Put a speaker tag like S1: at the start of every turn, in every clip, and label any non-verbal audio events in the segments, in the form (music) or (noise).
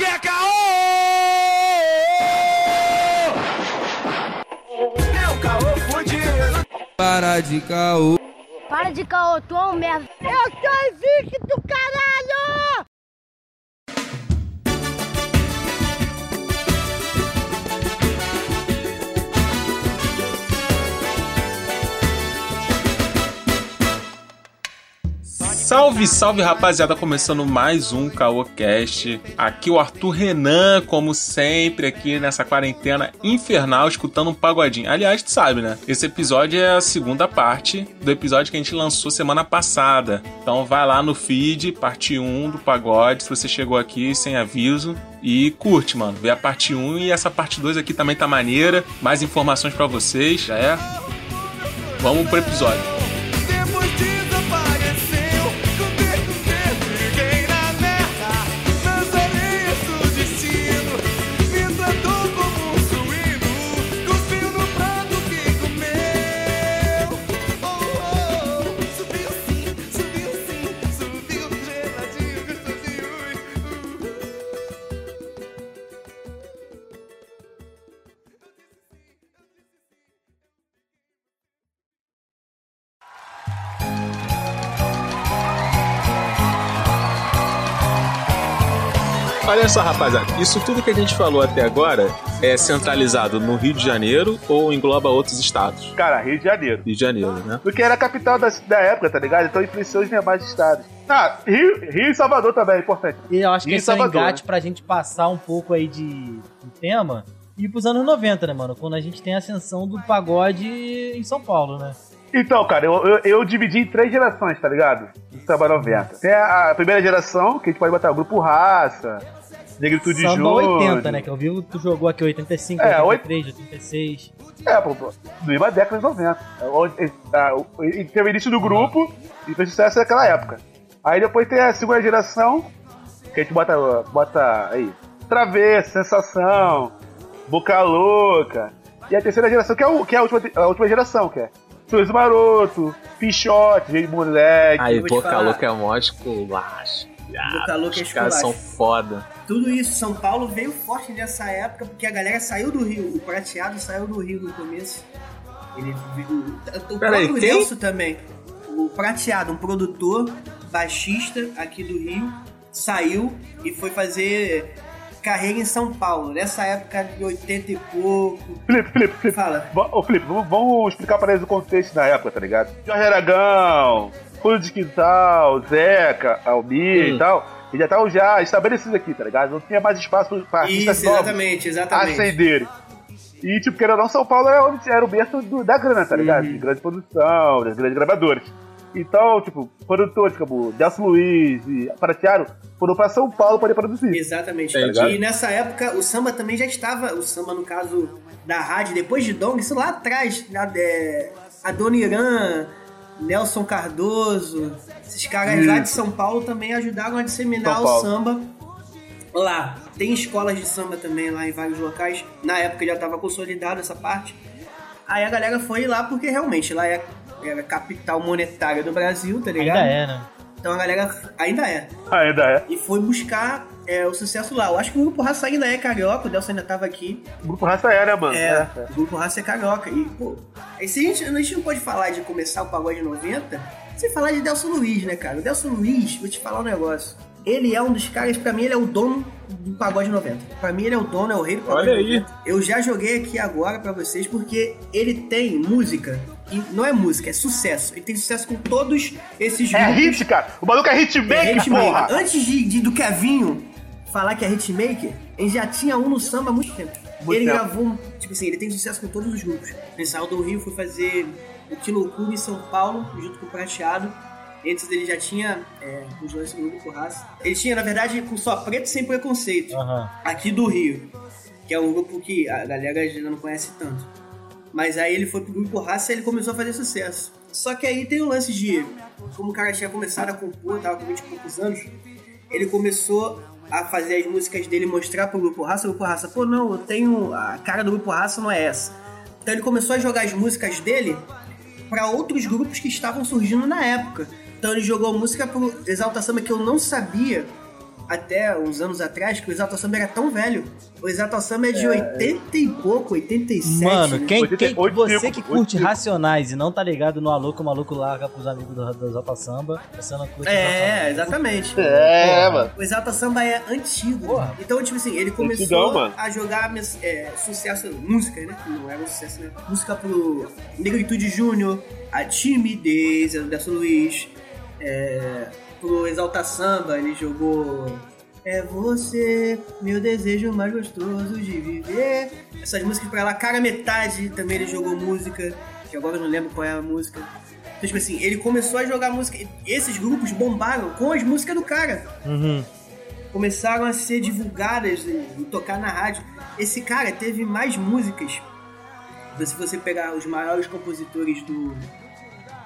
S1: é É
S2: Para de caô.
S3: Para de caô, tu é um merda.
S4: Eu sou invicto, caralho!
S5: Salve, salve rapaziada, começando mais um Caocast. Aqui o Arthur Renan, como sempre, aqui nessa quarentena infernal, escutando um pagodinho. Aliás, tu sabe, né? Esse episódio é a segunda parte do episódio que a gente lançou semana passada. Então vai lá no feed, parte 1 do pagode, se você chegou aqui sem aviso. E curte, mano. Vê a parte 1 e essa parte 2 aqui também tá maneira. Mais informações pra vocês, já é? Vamos pro episódio.
S1: Depois desapareceu, comigo sempre fiquei na merda. Cancelei esse destino, me tratou como um suíno. Cuspiu no prato que comeu. Oh, oh, subiu sim, subiu sim, subiu geladinho, gostosinho. Uh, uh.
S5: Olha só, rapaziada, isso tudo que a gente falou até agora é centralizado no Rio de Janeiro ou engloba outros estados?
S6: Cara, Rio de Janeiro.
S5: Rio de Janeiro, né?
S6: Porque era a capital da, da época, tá ligado? Então influenciou os demais estados. Ah, Rio, Rio e Salvador também é importante.
S7: E eu acho que
S6: E
S7: esse é um
S6: Salvador, né?
S7: engate pra gente passar um pouco aí de, de tema e ir pros anos 90, né, mano? Quando a gente tem a ascensão do pagode em São Paulo, né?
S6: Então, cara, eu, eu, eu dividi em três gerações, tá ligado? Do Samba 90. Tem a, a primeira geração, que a gente pode botar o grupo Raça, Negritude
S7: Samba
S6: Júnior.
S7: 80, né? Que eu vi tu jogou aqui 85,
S6: É,
S7: 83, 86.
S6: É, pô, pô, viva a década de 90. É onde- é, ah, o- e Teve o início do grupo e fez sucesso naquela época. Aí depois tem a segunda geração, que a gente bota, bota aí, Travessa, Sensação, Boca Louca. E a terceira geração, que é, o, que é a, última, a última geração, que é Sorriso Maroto, Pichote, Gente Moleque.
S5: Aí,
S8: vou te
S5: pô,
S8: falar.
S5: Caluca é mó esculacho.
S8: Boca Louca é
S5: Os caras são
S8: esculacho.
S5: foda.
S8: Tudo isso, São Paulo veio forte nessa época, porque a galera saiu do Rio, o prateado saiu do Rio no começo. Ele o, o
S5: Peraí,
S8: próprio
S5: quem?
S8: Nelson também. O prateado, um produtor, baixista aqui do Rio, saiu e foi fazer carreira em São Paulo. Nessa época de 80 e pouco.
S6: Felipe, Felipe, Felipe.
S8: Fala.
S6: Va- Ô, Felipe, vamos, vamos explicar pra eles o contexto da época, tá ligado? Jorge Aragão, Rúlio de Quintal, Zeca, Almir
S5: Hum.
S6: e tal. E já estavam já estabelecidos aqui, tá ligado? Não tinha mais espaço pra artistas
S8: Isso,
S6: novos
S8: exatamente, exatamente.
S5: Ah,
S6: ascenderem. E, tipo, querendo ou não, São Paulo era, onde era o berço do- da grana, tá ligado?
S8: Uhum.
S6: De grande produção, das grandes gravadoras. Então, tipo, produtores como Delcio Luiz e Prateado foram pra São Paulo pra poder produzir.
S8: Exatamente.
S5: Entendi.
S8: e nessa época o samba também já estava, o samba no caso da rádio, depois de Dong, isso lá atrás, na, é, a Dona Irã, Nelson Cardoso, esses caras lá de São Paulo também ajudaram a disseminar
S6: São
S8: o
S6: Paulo.
S8: samba lá. Tem escolas de samba também lá em vários locais. Na época já estava consolidada essa parte. Aí a galera foi lá porque realmente lá é, era a capital monetária do Brasil, tá ligado?
S7: Ainda é, né?
S8: Então a galera ainda é
S6: Ainda é.
S8: e foi buscar é, o sucesso lá. Eu acho que o Grupo Raça ainda é carioca, o Delcio ainda tava aqui.
S6: O grupo Raça era, mano.
S8: É, o Grupo Raça é carioca. E, pô, aí se a, gente, a gente não pode falar de começar o pagode 90 sem falar de Delcio Luiz, né, cara? O Delcio Luiz, vou te falar um negócio. Ele é um dos caras, pra mim, ele é o dono do pagode 90. Pra mim, ele é o dono, é o rei do pagode
S5: Olha aí.
S8: 90. Eu já joguei aqui agora pra vocês porque ele tem música. E não é música, é sucesso. Ele tem sucesso com todos esses
S6: É
S8: grupos.
S6: hit, cara. O maluco é hitmaker,
S8: Hitmaker.
S6: porra.
S8: Antes de, de- do Kevinho falar que é hitmaker, ele já tinha um no samba há muito tempo.
S6: Muito
S8: ele
S6: tempo.
S8: gravou, um- tipo assim, ele tem sucesso com todos os grupos. Ele saiu do Rio, foi fazer o Que Loucura em São Paulo, junto com o Prateado. Antes ele já tinha é, os lances do grupo Raça. Ele tinha, na verdade, com Só Preto e Sem Preconceito
S6: Ah.
S7: Aham.
S8: aqui do Rio, que é um grupo que a galera ainda não conhece tanto. Mas aí ele foi pro grupo Raça e ele começou a fazer sucesso. Só que aí tem o lance de, como o cara tinha começado a compor, tava com 20 e poucos anos, ele começou a fazer as músicas dele mostrar pro grupo Raça, o grupo Raça, pô, não, eu tenho. A cara do grupo Raça não é essa. Então ele começou a jogar as músicas dele para outros grupos que estavam surgindo na época. Então ele jogou música pro Exalta Samba que eu não sabia até uns anos atrás, que o Exalta Samba era tão velho. O Exalta Samba é de 80 e pouco, 87.
S7: Mano,
S8: né?
S7: quem, quem
S6: 88,
S7: você que curte
S6: 88.
S7: Racionais e não tá ligado no Alô que o maluco larga pros amigos do, do Exalta Samba, você não curte
S8: É,
S7: Racionais.
S8: exatamente.
S6: É, mano.
S8: O Exalta Samba é antigo.
S7: Porra.
S8: Então, tipo assim, ele começou
S6: Antigão, mano.
S8: a jogar mes- é, sucesso, música, né? Que Não era um sucesso, né? Música pro Negritude Júnior, a Timidez, Anderson Luiz, é, pro Exalta Samba, ele jogou. É você, meu desejo mais gostoso de viver. Essas músicas pra lá, cara, metade também ele jogou música, que agora eu não lembro qual é a música. Então, tipo assim, ele começou a jogar música. e Esses grupos bombaram com as músicas do cara
S7: Uhum.
S8: começaram a ser divulgadas e, e tocar na rádio. Esse cara teve mais músicas. Então, Se você pegar os maiores compositores do,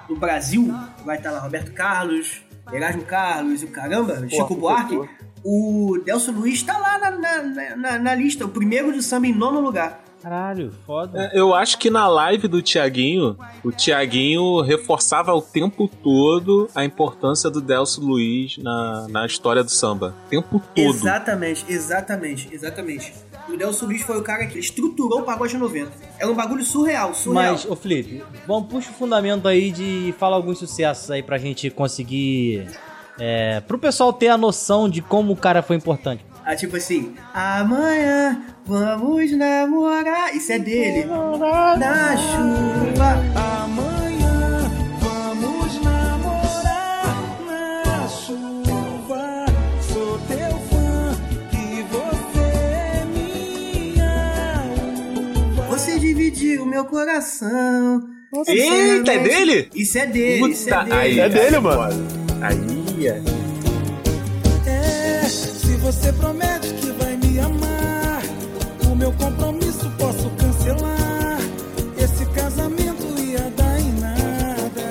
S8: do Brasil, vai estar lá Roberto Carlos, Erasmo Carlos e o caramba, Chico Buarque. O Delcio Luiz tá lá na, na- na- na- na lista, o primeiro do samba em nono lugar.
S7: Caralho, foda.
S5: É, Eu acho que na live do Tiaguinho, o Tiaguinho reforçava o tempo todo a importância do Delcio Luiz na, na história do samba. O tempo todo.
S8: Exatamente, exatamente, exatamente. O Delcio Luiz foi o cara que estruturou o pagode 90. Era um bagulho surreal, surreal.
S7: Mas, ô Felipe, vamos, puxa o fundamento aí de fala alguns sucessos aí pra gente conseguir. É, pro pessoal ter a noção de como o cara foi importante.
S8: Ah, tipo assim, amanhã vamos namorar. Isso é dele. Na chuva.
S1: Amanhã vamos namorar na chuva. Sou teu fã e você é minha.
S8: Você dividiu meu coração.
S5: Eita, é dele?
S8: Isso é dele, isso é dele.
S5: aí,
S6: É dele,
S5: aí,
S6: mano.
S5: Aí, é.
S1: É, se você promete que vai me amar, o meu compromisso posso cancelar. Esse casamento ia dar em nada,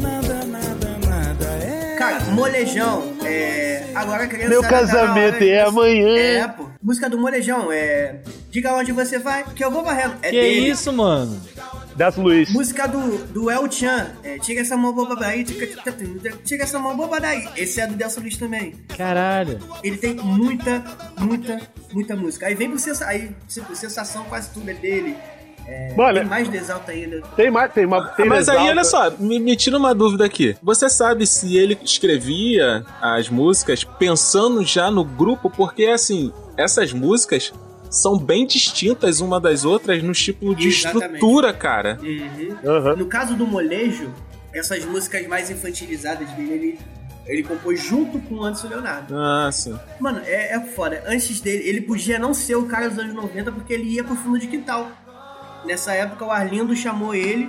S1: nada, nada, nada. É.
S8: Cara, molejão. É. Agora a criança.
S6: Meu
S8: tá na
S6: casamento
S8: hora
S6: é
S8: de-
S6: amanhã.
S8: É, pô. Música do molejão é. Diga onde você vai, que eu vou varrendo. É
S7: que
S8: dele.
S7: isso, mano?
S6: Das Luiz.
S8: Música do, do El Chan. É, tira essa mão boba daí. Tira, tira- tira essa mão boba daí. Esse é do Delson Luiz também.
S7: Caralho.
S8: Ele tem muita, muita, muita música. Aí vem pro sensação, aí, tipo, sensação quase tudo é dele. É,
S6: Mano,
S8: tem mais desalto ainda.
S6: Tem mais, tem uma. Tem
S5: É, Mas aí,
S6: Exalta.
S5: olha só, me, me tira uma dúvida aqui. Você sabe se ele escrevia as músicas pensando já no grupo? Porque, assim, essas músicas são bem distintas uma das outras no tipo de
S8: Exatamente.
S5: estrutura, cara.
S6: Aham.
S8: No caso do molejo, essas músicas mais infantilizadas dele, ele, ele compôs junto com o Anderson Leonardo.
S5: Ah, sim.
S8: Mano, é, é foda. Antes dele, ele podia não ser o cara dos anos 90 porque ele ia pro fundo de quintal. Nessa época, o Arlindo chamou ele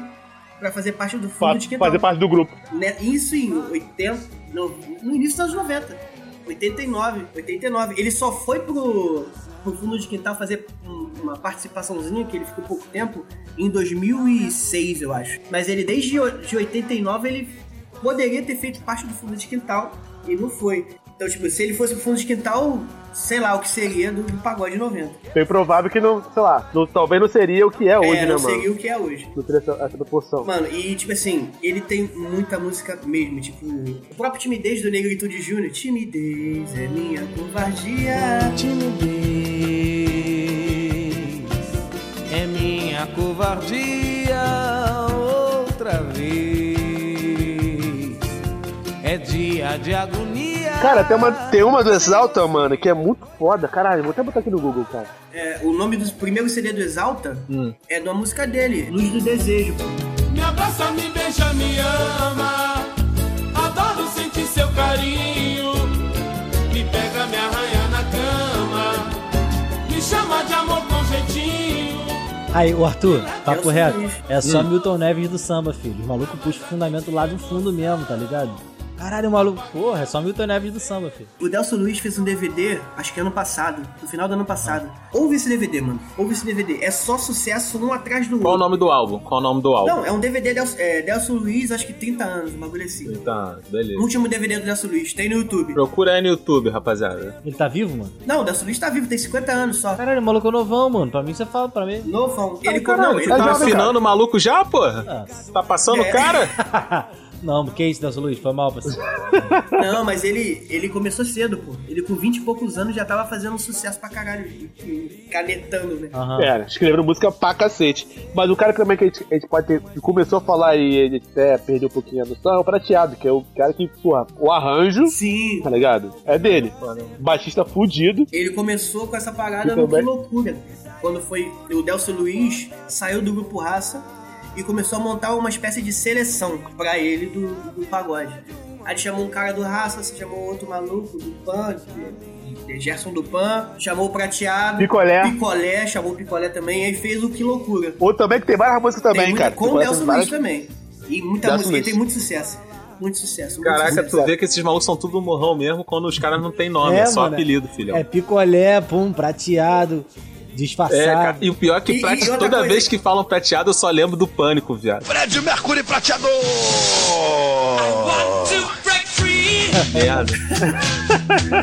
S8: pra fazer parte do fundo
S6: Fa-
S8: de quintal.
S6: Fazer parte do grupo.
S8: né, isso em 80, no, no início dos anos 90, 89, 89. Ele só foi pro, pro fundo de quintal fazer um- uma participaçãozinha, que ele ficou pouco tempo, em 2006, eu acho. Mas ele, desde o- de 89, ele poderia ter feito parte do fundo de quintal e não foi. Então, tipo, se ele fosse pro fundo de quintal, sei lá o que seria do, do pagode 90.
S6: Bem provável que não, sei lá, não- talvez não seria o que é hoje,
S8: é,
S6: né,
S8: não
S6: mano?
S8: seria o que é hoje.
S6: Não teria essa, essa proporção.
S8: Mano, e tipo assim, ele tem muita música mesmo, tipo, o próprio timidez do Negritude Júnior, timidez é minha covardia.
S1: timidez é minha covardia outra vez. É dia de agonia.
S6: Cara, tem uma, tem uma do Exalta, mano, que é muito foda. Caralho, vou até botar aqui no Google, cara.
S8: É, o nome do primeiro CD do Exalta
S5: Hum.
S8: é de uma música dele, Luz do Desejo.
S1: Me abraça, me beija, me ama. Adoro sentir seu carinho. Me pega, me arranha na cama. Me chama de amor com jeitinho.
S7: Aí, o Arthur, papo
S8: Delcio
S7: reto.
S8: Luiz.
S7: É só
S5: Hum.
S7: Milton Neves do samba, filho. O maluco puxa o fundamento lá do fundo mesmo, tá ligado? Caralho, o maluco. Porra, é só Milton Neves do samba, filho.
S8: O Delso Luiz fez um DVD, acho que ano passado, no final do ano passado. Ouve esse DVD, mano, ouve esse DVD. É só sucesso um atrás do
S5: Qual o
S8: outro.
S5: nome do álbum? Qual o nome do álbum?
S8: Não, é um DVD Delso, é, Delso Luiz, acho que 30 anos, um bagulho assim.
S5: Tá,
S8: O
S5: beleza.
S8: último DVD do Delso Luiz, tem no YouTube.
S5: Procura aí no YouTube, rapaziada.
S7: Ele tá vivo, mano?
S8: Não, o Delso Luiz tá vivo, tem 50 anos só.
S7: Caralho, o maluco é novão, mano. Pra mim você fala, pra mim. é
S8: Novão. Ele,
S5: Caralho,
S8: não, ele
S5: tu tá
S8: começou-
S5: afinando o maluco já, porra?
S7: Nossa. (laughs)
S5: Tá passando o
S8: É.
S5: cara?
S7: Não, que isso, Nelson Luiz, foi mal pra você.
S8: Não, mas ele, ele começou cedo, pô. Ele com 20 e poucos anos já tava fazendo sucesso pra caralho. Canetando, né?
S7: Aham.
S5: Ah. É,
S6: Era, É, escrevendo música pra cacete. Mas o cara que também que a gente, a gente pode ter. que Começou a falar e ele até perdeu um pouquinho a noção é o prateado, que é o cara que, porra, o arranjo,
S8: Sim.
S6: tá ligado? É dele. Batista fudido.
S8: Ele começou com essa parada
S6: Fica
S8: no Que
S6: bem.
S8: Loucura. Quando foi o Delcio Luiz, saiu do grupo Raça e começou a montar uma espécie de seleção pra ele do, do pagode. Aí chamou um cara do Raça, chamou outro maluco do Pan, que- Gerson do Pan, chamou o Prateado,
S6: Picolé.
S8: Picolé, chamou o Picolé também, aí fez o Que Loucura.
S6: Ou também que tem várias músicas
S8: Tem
S6: também,
S8: muita-
S6: cara. tipo,
S8: Com o
S6: Tem
S8: Delcio
S6: várias-
S8: Luiz também. E muita
S6: Delcio
S8: música, e
S6: Luiz.
S8: tem muito sucesso. Muito sucesso. muito
S5: Caraca,
S8: sucesso.
S5: tu vê que esses malucos são tudo morrão mesmo quando os caras não têm nome, é, só
S7: mano,
S5: apelido, filhão.
S7: É picolé, pum, prateado, disfarçado.
S5: É, cara, e o pior é que
S8: E-
S5: prate-
S8: e outra
S5: toda
S8: coisa-
S5: vez que falam prateado, eu só lembro do pânico, viado.
S2: Fred Mercury prateador!
S5: Merda.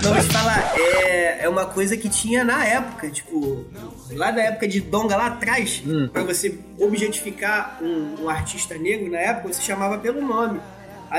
S8: Não, vou te falar, é, é uma coisa que tinha na época, tipo, lá da época de Donga, lá atrás, pra você objetificar um, um artista negro na época, você chamava pelo nome.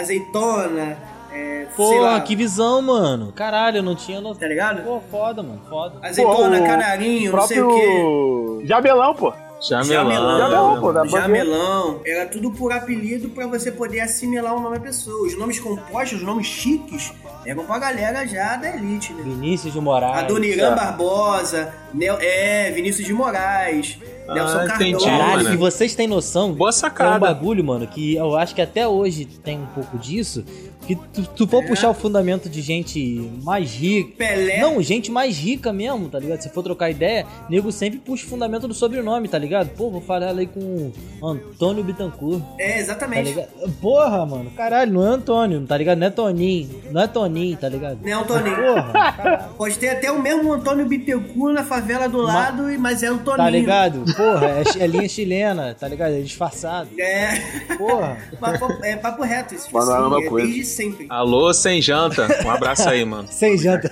S8: Azeitona, é, sei lá,
S7: Porra, que visão, mano. Caralho, eu não tinha noção.
S8: tá ligado?
S7: Pô, foda, mano, foda.
S8: Azeitona,
S6: Pô, o
S8: canarinho, não sei o quê.
S6: próprio. Jamelão, pô.
S5: Jamelão.
S6: Jamelão, pô, da bandeira.
S8: Jamelão. Era tudo por apelido pra você poder assimilar o nome da pessoa. Os nomes compostos, os nomes chiques, eram pra galera já da elite, né?
S7: Vinícius de
S6: Ah,
S7: Moraes.
S8: Adoniran Barbosa, Nel, é, Vinícius de Moraes,
S5: Ah,
S8: Nelson
S5: entendi,
S8: Cardoso.
S7: Caralho,
S5: mano.
S7: e vocês têm noção?
S5: Boa
S7: É um
S5: sacada.
S7: bagulho, mano, que eu acho que até hoje tem um pouco disso. Que tu, tu for puxar o fundamento de gente mais rica.
S8: Pelé.
S7: Não, gente mais rica mesmo, tá ligado? Se for trocar ideia, nego sempre puxa o fundamento do sobrenome, tá ligado? Pô, vou falar ali com Antônio Bittencourt,
S8: É,
S7: tá
S8: exatamente.
S7: ligado? Porra, mano, caralho, não é Antônio, tá ligado? Não é Toninho, não é Toninho, tá ligado?
S8: Não é Antoninho.
S7: (laughs) Porra, tá
S8: Pode ter até o mesmo Antônio Bittencourt na favela do lado, e- mas é Antoninho.
S7: tá ligado? Porra, é, chi- é linha chilena, tá ligado? É disfarçado.
S8: É,
S7: Porra,
S8: papo, é papo reto. Isso
S6: Mas não é a
S8: assim,
S6: mesma coisa.
S8: Desde sempre.
S5: Alô, sem janta. Um abraço aí, mano.
S7: sem janta.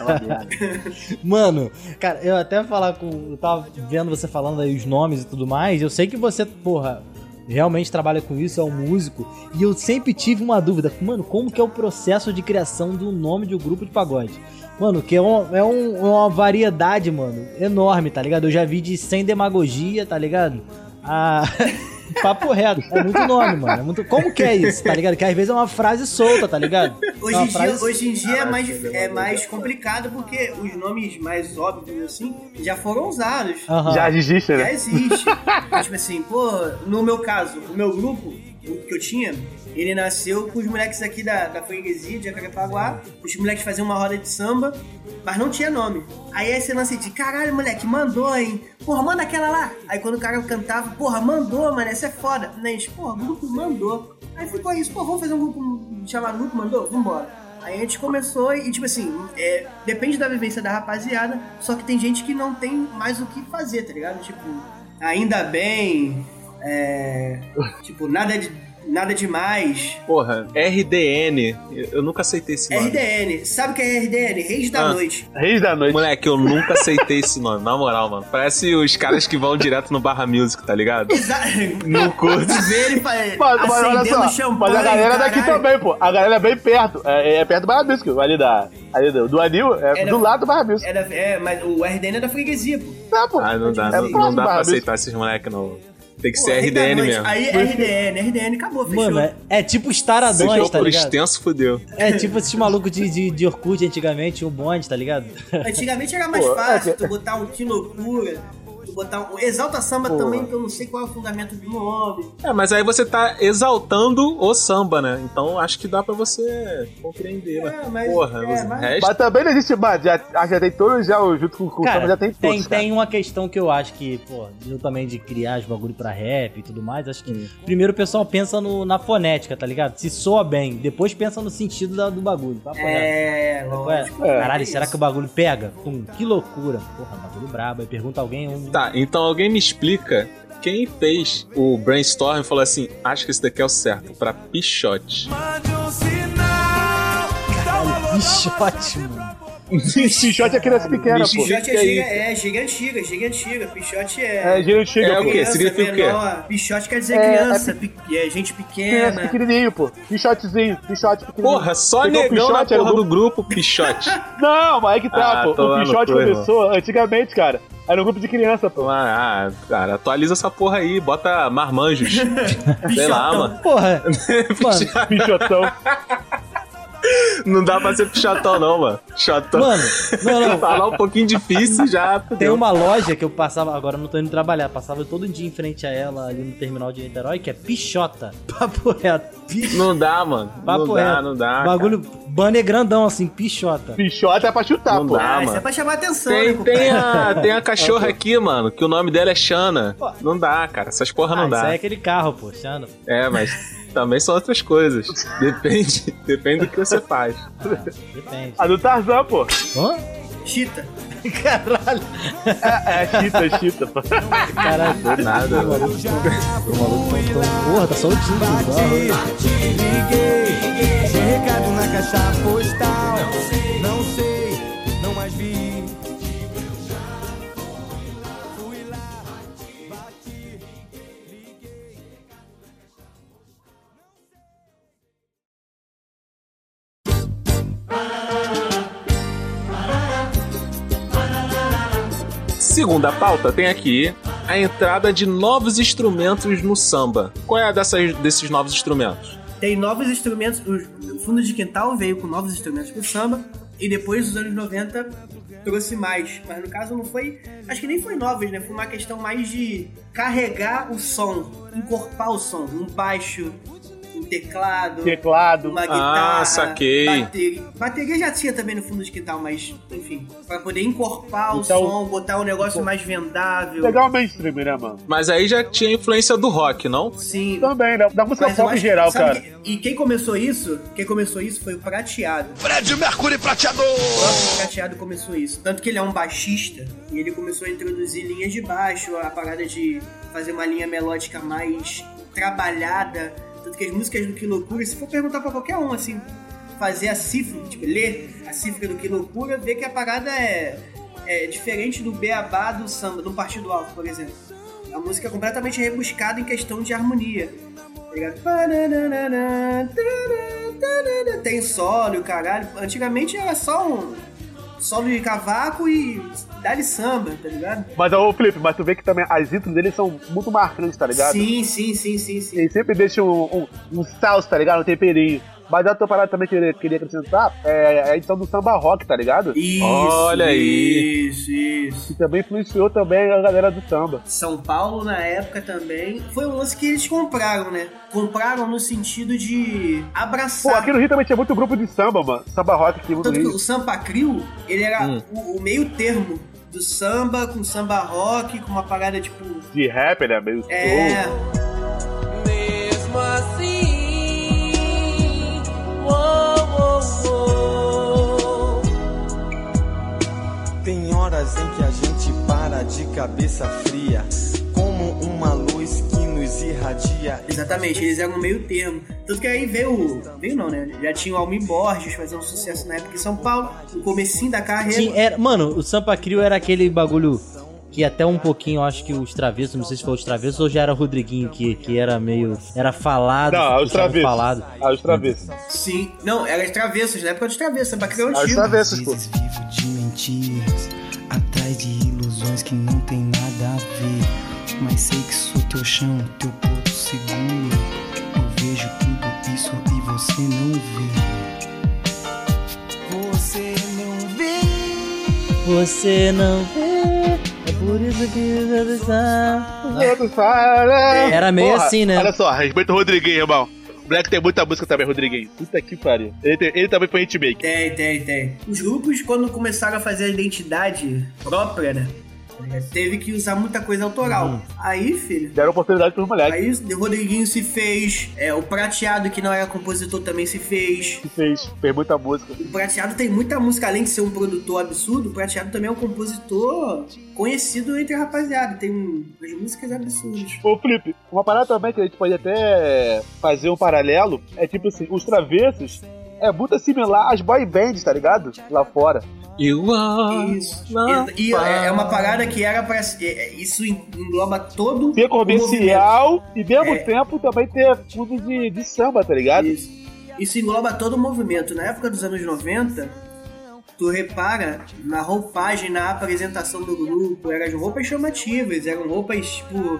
S7: Mano, cara, eu até falar com. Eu tava vendo você falando aí os nomes e tudo mais. Eu sei que você, porra, realmente trabalha com isso, é um músico. E eu sempre tive uma dúvida, mano, como que é o processo de criação do nome de um grupo de pagode? Mano, que é, um- é um- uma variedade, mano, enorme, tá ligado? Eu já vi de sem demagogia, tá ligado? A. (laughs) Papo reto, é muito nome, mano. É muito... Como que é isso, tá ligado? Que às vezes é uma frase solta, tá ligado?
S8: Hoje
S7: é uma
S8: em, dia, hoje em dia é mais, dif- é mais complicado porque os nomes mais óbvios assim já foram usados.
S6: (laughs)
S7: Aham.
S6: Já existe,
S8: Já
S6: né?
S8: existe. tipo assim, pô, no meu caso, o meu grupo o que eu tinha, ele nasceu com os moleques aqui da, da freguesia de Jacarepaguá. Os moleques faziam uma roda de samba, mas não tinha nome. Aí esse lance de caralho, moleque, mandou, hein? Porra, manda aquela lá. Aí quando o cara cantava, porra, mandou, mano, essa é foda. Né? Gente, porra, grupo mandou. Aí ficou isso, pô, vamos fazer um grupo chamado Grupo Mandou? Vambora. Aí a gente começou e, tipo assim, é, depende da vivência da rapaziada, só que tem gente que não tem mais o que fazer, tá ligado? Tipo, ainda bem, é, tipo, nada, de, nada demais.
S5: Porra, RDN. Eu, eu nunca aceitei esse nome.
S8: RDN, sabe o que é RDN? Reis da
S5: Ah.
S8: Noite.
S6: (laughs) Reis da noite.
S5: Moleque, eu nunca aceitei esse nome, na moral, mano. Parece os caras que vão direto no Barra Music, tá ligado?
S8: Exato.
S5: No curto.
S6: (laughs)
S8: Vê ele fa-
S6: Mano, mas olha
S8: acendendo
S6: só,
S8: champanhe,
S6: mas a galera
S8: caralho.
S6: daqui também, pô. A galera é bem perto. É, é perto do Barabisco, ali da. Ali do, do Anil, é
S8: Era-
S6: do lado do Barabisco.
S8: É, da- é, mas o RDN é da freguesia, pô.
S6: Tá, pô.
S5: Ah, não dá,
S6: É
S5: não,
S6: próximo
S5: não dá pra
S6: Barra Music.
S5: aceitar esses moleque, não. Tem que
S8: Pô,
S5: ser
S6: é
S8: Reis da
S5: RDN
S8: Noite.
S5: mesmo.
S8: Aí RDN, RDN acabou, fechou.
S7: Mano, é, é tipo os
S5: Se
S7: taradões,
S5: for
S7: tá
S5: por
S7: ligado?
S5: extenso, fudeu.
S7: É tipo esses malucos de, de, de Orkut antigamente, o bonde, tá ligado?
S8: Antigamente era mais
S6: Pô,
S8: fácil
S6: é que-
S8: tu botar um que loucura, tu botar um. Exalta samba também, que eu não sei qual é o fundamento do nome.
S5: É, mas aí você tá exaltando o samba, né? Então acho que dá pra você compreender,
S8: É,
S5: mas,
S8: mas-
S5: porra,
S8: é,
S5: o
S8: mas-
S5: resto...
S6: Mas também não existe, mano. Já, ah, já tem todos já, o- junto com, com o Samba, já tem todos.
S7: tem,
S6: cara.
S7: tem uma questão que eu acho que, pô, eu também de criar os bagulho pra rap e tudo mais, acho que primeiro o pessoal pensa no, na fonética, tá ligado? Se soa bem, depois pensa no sentido da- do bagulho, papo reto.
S8: É,
S7: Qual é?
S8: lógico.
S7: Caralho, será que o bagulho pega? Pum, que loucura. Porra, bagulho brabo. Aí pergunta alguém um.
S5: Tá, então alguém me explica quem fez o brainstorm e falou assim, acho que esse daqui é o certo, pra pichote.
S2: Mande um sinal, dá um alô, dá um
S7: Pichote, mano.
S6: Pichote é criança pequena, pô.
S5: Pichote.
S8: Pichote é
S5: Fica aí.
S8: giga, é giga antiga, giga antiga. Pichote é.
S6: É, gente chega,
S5: É o
S6: pô.
S5: quê?
S8: criança
S5: Significa o quê?
S8: menor. Pichote quer dizer
S6: É,
S8: criança, pe- é
S6: Criança
S8: gente pequena.
S6: pequenininho, pô. Pichotezinho, pichote pequenininho.
S5: Porra, só
S6: Pegou o
S5: negão na
S6: pichote, era
S5: porra
S6: o
S5: do grupo, pichote. (laughs) Então,
S6: Não, mas aí que tá,
S5: Ah,
S6: pô.
S5: tô lá
S6: O
S5: no
S6: pichote
S5: cu, irmão.
S6: começou antigamente, cara. Era um grupo de criança,
S5: (laughs)
S6: pô.
S5: Ah, ah, cara, atualiza essa porra aí, bota
S7: (laughs)
S5: marmanjos. Sei lá,
S8: Pichotão. Ah,
S5: mano.
S6: (laughs)
S7: Porra, mano,
S6: Pichotão.
S5: Não dá pra ser pichotão, não, mano. Pichotão. (laughs)
S7: mano, não, não.
S5: Falar um pouquinho difícil já.
S7: Tem
S5: fudeu.
S7: uma loja que eu passava, agora eu não tô indo trabalhar, passava todo dia em frente a ela ali no terminal de Niterói, que é Pichota. Papo reto. Pi-
S5: Não dá, mano.
S7: Papo
S5: não
S7: reto.
S5: dá, não dá.
S7: Bagulho, banner grandão assim, Pichota.
S6: Pichote é pra chutar,
S5: Não
S6: pô.
S5: dá.
S8: Ah, isso
S5: mano.
S8: é pra chamar atenção, né,
S5: Tem,
S8: compadre?
S5: tem, a, tem
S7: (laughs)
S5: a cachorra aqui, mano, que o nome dela é Xana.
S7: Pô.
S5: Não dá, cara. Essas porra não
S7: ah, isso
S5: dá.
S7: aí é aquele carro, pô, Xana.
S5: É, mas também são outras coisas. Depende, (laughs) depende do que você faz.
S6: (laughs)
S7: Depende.
S6: A do Tarzan, pô.
S7: Hã?
S8: Chita.
S7: Caralho.
S6: É, chita, chita, pô.
S7: Caralho.
S5: Do nada. mano.
S7: Porra, tá soltinho. mano.
S5: Segunda pauta tem aqui a entrada de novos instrumentos no samba. Qual é a dessas, desses novos instrumentos?
S8: Tem novos instrumentos. O fundo de quintal veio com novos instrumentos pro samba. E depois, dos anos 90, trouxe mais. Mas no caso não foi. Acho que nem foi novos, né? Foi uma questão mais de carregar o som, encorpar o som. Um baixo, um teclado.
S6: Teclado. Ah,
S8: Uma guitarra.
S5: saquei.
S8: Bateria. bateria já tinha também no fundo de quintal, mas enfim. Pra poder encorpar o
S6: Então-
S8: som, botar um negócio mais vendável.
S6: Legal o mainstream, né, mano?
S5: Mas aí já tinha influência do rock, não?
S8: Sim.
S6: Também, né? Da música
S8: Mas eu
S6: pop em
S8: acho-
S6: geral, cara.
S8: sabe que- e quem começou isso? Quem começou isso foi o Prateado.
S2: Fred Mercury prateador!
S8: O próprio Prateado começou isso. Tanto que ele é um baixista e ele começou a introduzir linhas de baixo, a parada de fazer uma linha melódica mais trabalhada. Tanto que as músicas do Que Loucura, se for perguntar pra qualquer um, assim, fazer a cifra, tipo, ler a cifra do Que Loucura, ver que a parada é, é diferente do beabá do samba, do Partido Alto, por exemplo. A música é completamente rebuscada em questão de harmonia. Tá ligado? Pananana, tanana, Tem solo, e o caralho. Antigamente era só um solo de cavaco e dá-lhe samba, tá ligado?
S6: Mas, ô, Felipe, mas tu vê que também as intros deles são muito marcantes, tá ligado?
S8: Sim, sim, sim, sim, sim.
S6: Ele sempre deixa um, um, um salsa, tá ligado? Um temperinho. Mas outra parada também que eu queria acrescentar é a edição do samba rock, tá ligado?
S8: Isso,
S5: Olha aí.
S8: Isso, isso.
S6: Que também influenciou também a galera do samba.
S8: São Paulo, na época também, foi um lance que eles compraram, né? Compraram no sentido de
S6: Pô,
S8: abraçar.
S6: aqui no Rio também tinha muito grupo de samba, mano. Samba rock aqui no
S8: Tanto que
S6: Rio.
S8: o Sampa Crio, ele era
S5: é Hum.
S8: o, o meio termo do samba com samba rock, com uma parada tipo.
S6: De rap, né? Meio
S8: É.
S6: soul.
S9: Mesmo assim, oh, oh, oh.
S2: Tem horas em que a gente para de cabeça fria, como uma luz que nos irradia.
S8: Exatamente, eles eram meio termo. Tanto que aí veio. o- Veio não, né? Já tinha o Almir Borges fazendo um sucesso na época em São Paulo, no comecinho da carreira.
S7: Tinha- era- mano, o Sampa Crio era aquele bagulho que até um pouquinho, eu acho que os travessos, não sei se foi os travessos ou já era o Rodriguinho, que, que era meio. Era falado.
S6: Não, é os
S7: puxava
S6: travessos.
S7: Falado.
S6: Ah, os travessos.
S8: Sim. Não, era de travessas, na época de travessas, Sampa Crio é
S6: Ah, os
S8: antigo.
S6: travessos, pô.
S2: vivo de mentiras, atrás de ilusões que não tem nada a ver. Mas sei que sou teu chão, teu porto seguro. Eu vejo tudo isso e você não vê. Você não vê.
S7: Você não vê, é por isso que.
S6: Era
S7: Era meio assim, né?
S6: Olha só, respeita o Rodriguinho, irmão. O Black tem muita música também, Rodriguinho. Puta que pariu. Ele, tem- ele também foi hitmaker.
S8: Tem, tem, tem. Os grupos, quando começaram a fazer a identidade própria, né? Teve que usar muita coisa autoral. Aí, filho.
S6: Deram oportunidade pros moleques
S8: Aí o Rodriguinho se fez, é, o Prateado, que não era compositor, também se fez.
S6: que fez. Fez muita música.
S8: O Prateado tem muita música, além de ser um produtor absurdo, o Prateado também é um compositor conhecido entre a rapaziada. Tem umas músicas absurdas.
S6: Ô, Felipe, uma parada também que a gente pode até fazer um paralelo é tipo assim, os travessos é muito similar às boy bands, tá ligado? Lá fora.
S5: You are
S8: Isso.
S5: my
S8: E, e é é uma parada que era pra. é- é- Isso engloba todo.
S6: Ter
S8: comercial.
S6: comercial e mesmo
S8: É.
S6: tempo também ter fundo de, de samba, tá ligado?
S8: Isso. Isso engloba todo o movimento. Na época dos anos 90, tu repara na roupagem, na apresentação do grupo, eram roupas chamativas, eram roupas tipo.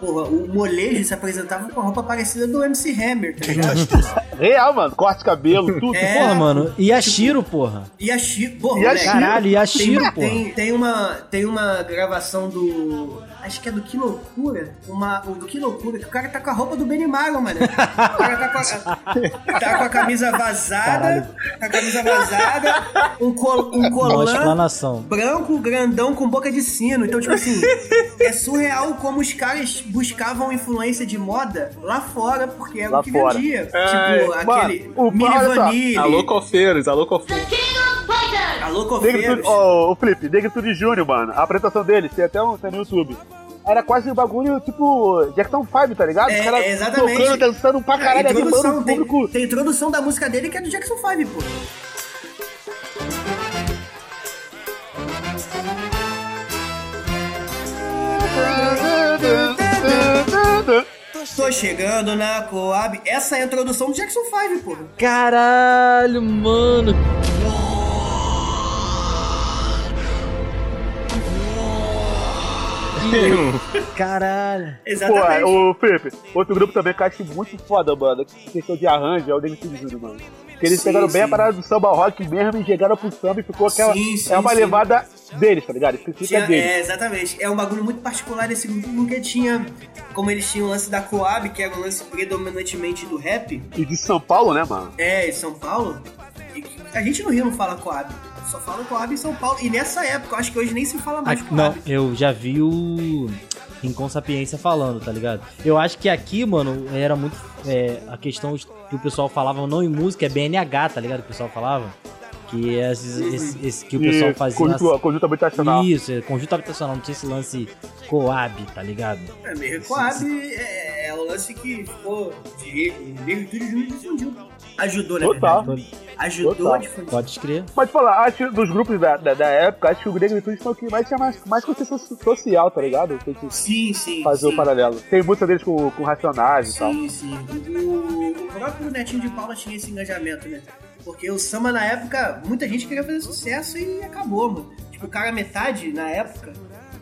S8: Porra, o molejo se apresentava com a roupa parecida do MC Hammer, tá ligado?
S6: Real, mano. Corte cabelo, tudo.
S8: É.
S7: Porra, mano. E a Shiro, porra.
S8: E a Chico. Porra,
S6: E a
S8: moleque,
S6: Chico.
S7: Caralho, e a Shiro,
S8: tem,
S7: porra.
S8: tem, tem uma, tem uma gravação do. Acho que é do Que Loucura. Uma, o do Que Loucura, que o cara tá com a roupa do Benny Mago, mano. O cara tá com a, tá com a camisa vazada. tá com A camisa vazada. Um, col, um
S7: Uma
S8: colã
S7: explanação.
S8: branco, grandão, com boca de sino. Então, tipo assim, é surreal como os caras buscavam influência de moda lá fora, porque era
S6: Lá
S8: o que
S6: fora.
S8: vendia.
S5: É,
S8: tipo,
S6: mano,
S8: aquele.
S6: o-
S8: Mini
S6: olha só.
S8: Vanille.
S5: Alô, cofeiros, alô, cofeiros.
S8: Alô,
S6: Negritude,
S8: cofeiros.
S6: ó, o Felipe, Negritude Júnior, mano. A apresentação dele, tem até um tem no YouTube. Era quase um bagulho tipo Jackson 5, tá ligado?
S8: É,
S6: Os caras
S8: é, exatamente. É,
S6: tocando, dançando pra caralho,
S8: Tem
S6: animando
S8: introdução,
S6: o
S8: tem,
S6: público.
S8: tem introdução da música dele que é do Jackson 5, pô. Tô chegando na Coab. Essa é a introdução do Jackson 5, pô.
S7: Caralho, mano. um. Caralho.
S8: Exatamente.
S6: Pô, é o Felipe, outro grupo também que eu acho muito foda, mano. que Questão de arranjo, é o Negritude Júnior, mano. Que eles
S8: Sim,
S6: pegaram bem a
S8: sim.
S6: parada do samba rock mesmo e chegaram pro samba e ficou aquela.
S8: Sim, sim,
S6: é uma
S8: sim.
S6: levada deles, tá ligado? Específica
S8: Tinha-
S6: deles.
S8: é, exatamente. É um bagulho muito particular desse grupo, porque tinha. Como eles tinham o lance da Coab, que era um lance predominantemente do rap,
S6: E de São Paulo, né, mano?
S8: é, em São Paulo. e que- a gente no Rio não fala Coab. Só fala Coab em São Paulo. E nessa época, eu acho que hoje nem se fala mais
S7: Aqui-
S8: Coab.
S7: não, eu já vi o Rincon Sapiência falando, tá ligado? Eu acho que aqui, mano, era muito. é, a questão que o pessoal falava não em música é BNH, tá ligado? Que o pessoal falava. Que, esses, esse- esse que o pessoal
S6: E
S7: fazia. assim.
S6: Conjunto, conjunto habitacional.
S7: Isso, é, conjunto habitacional, não tinha esse lance coab, tá ligado?
S8: É, meio Coab é, é o lance que ficou de negritude junto difundiu. Ajudou, né?
S6: Total.
S8: Ajudou
S6: Total.
S8: a difundir.
S7: Pode escrever.
S6: Pode falar, acho que dos grupos da, da, da época, acho que o Negritude foi o que mais tinha mais, mais consciência so- social, tá ligado? Tem que
S8: Sim, sim.
S6: fazer
S8: sim.
S6: o paralelo. tá? Tem música deles com, com Racionais e tal.
S8: Sim, sim. O, o próprio Netinho de Paula tinha esse engajamento, né? Porque o samba na época, muita gente queria fazer sucesso e acabou, mano. Tipo, o cara metade na época.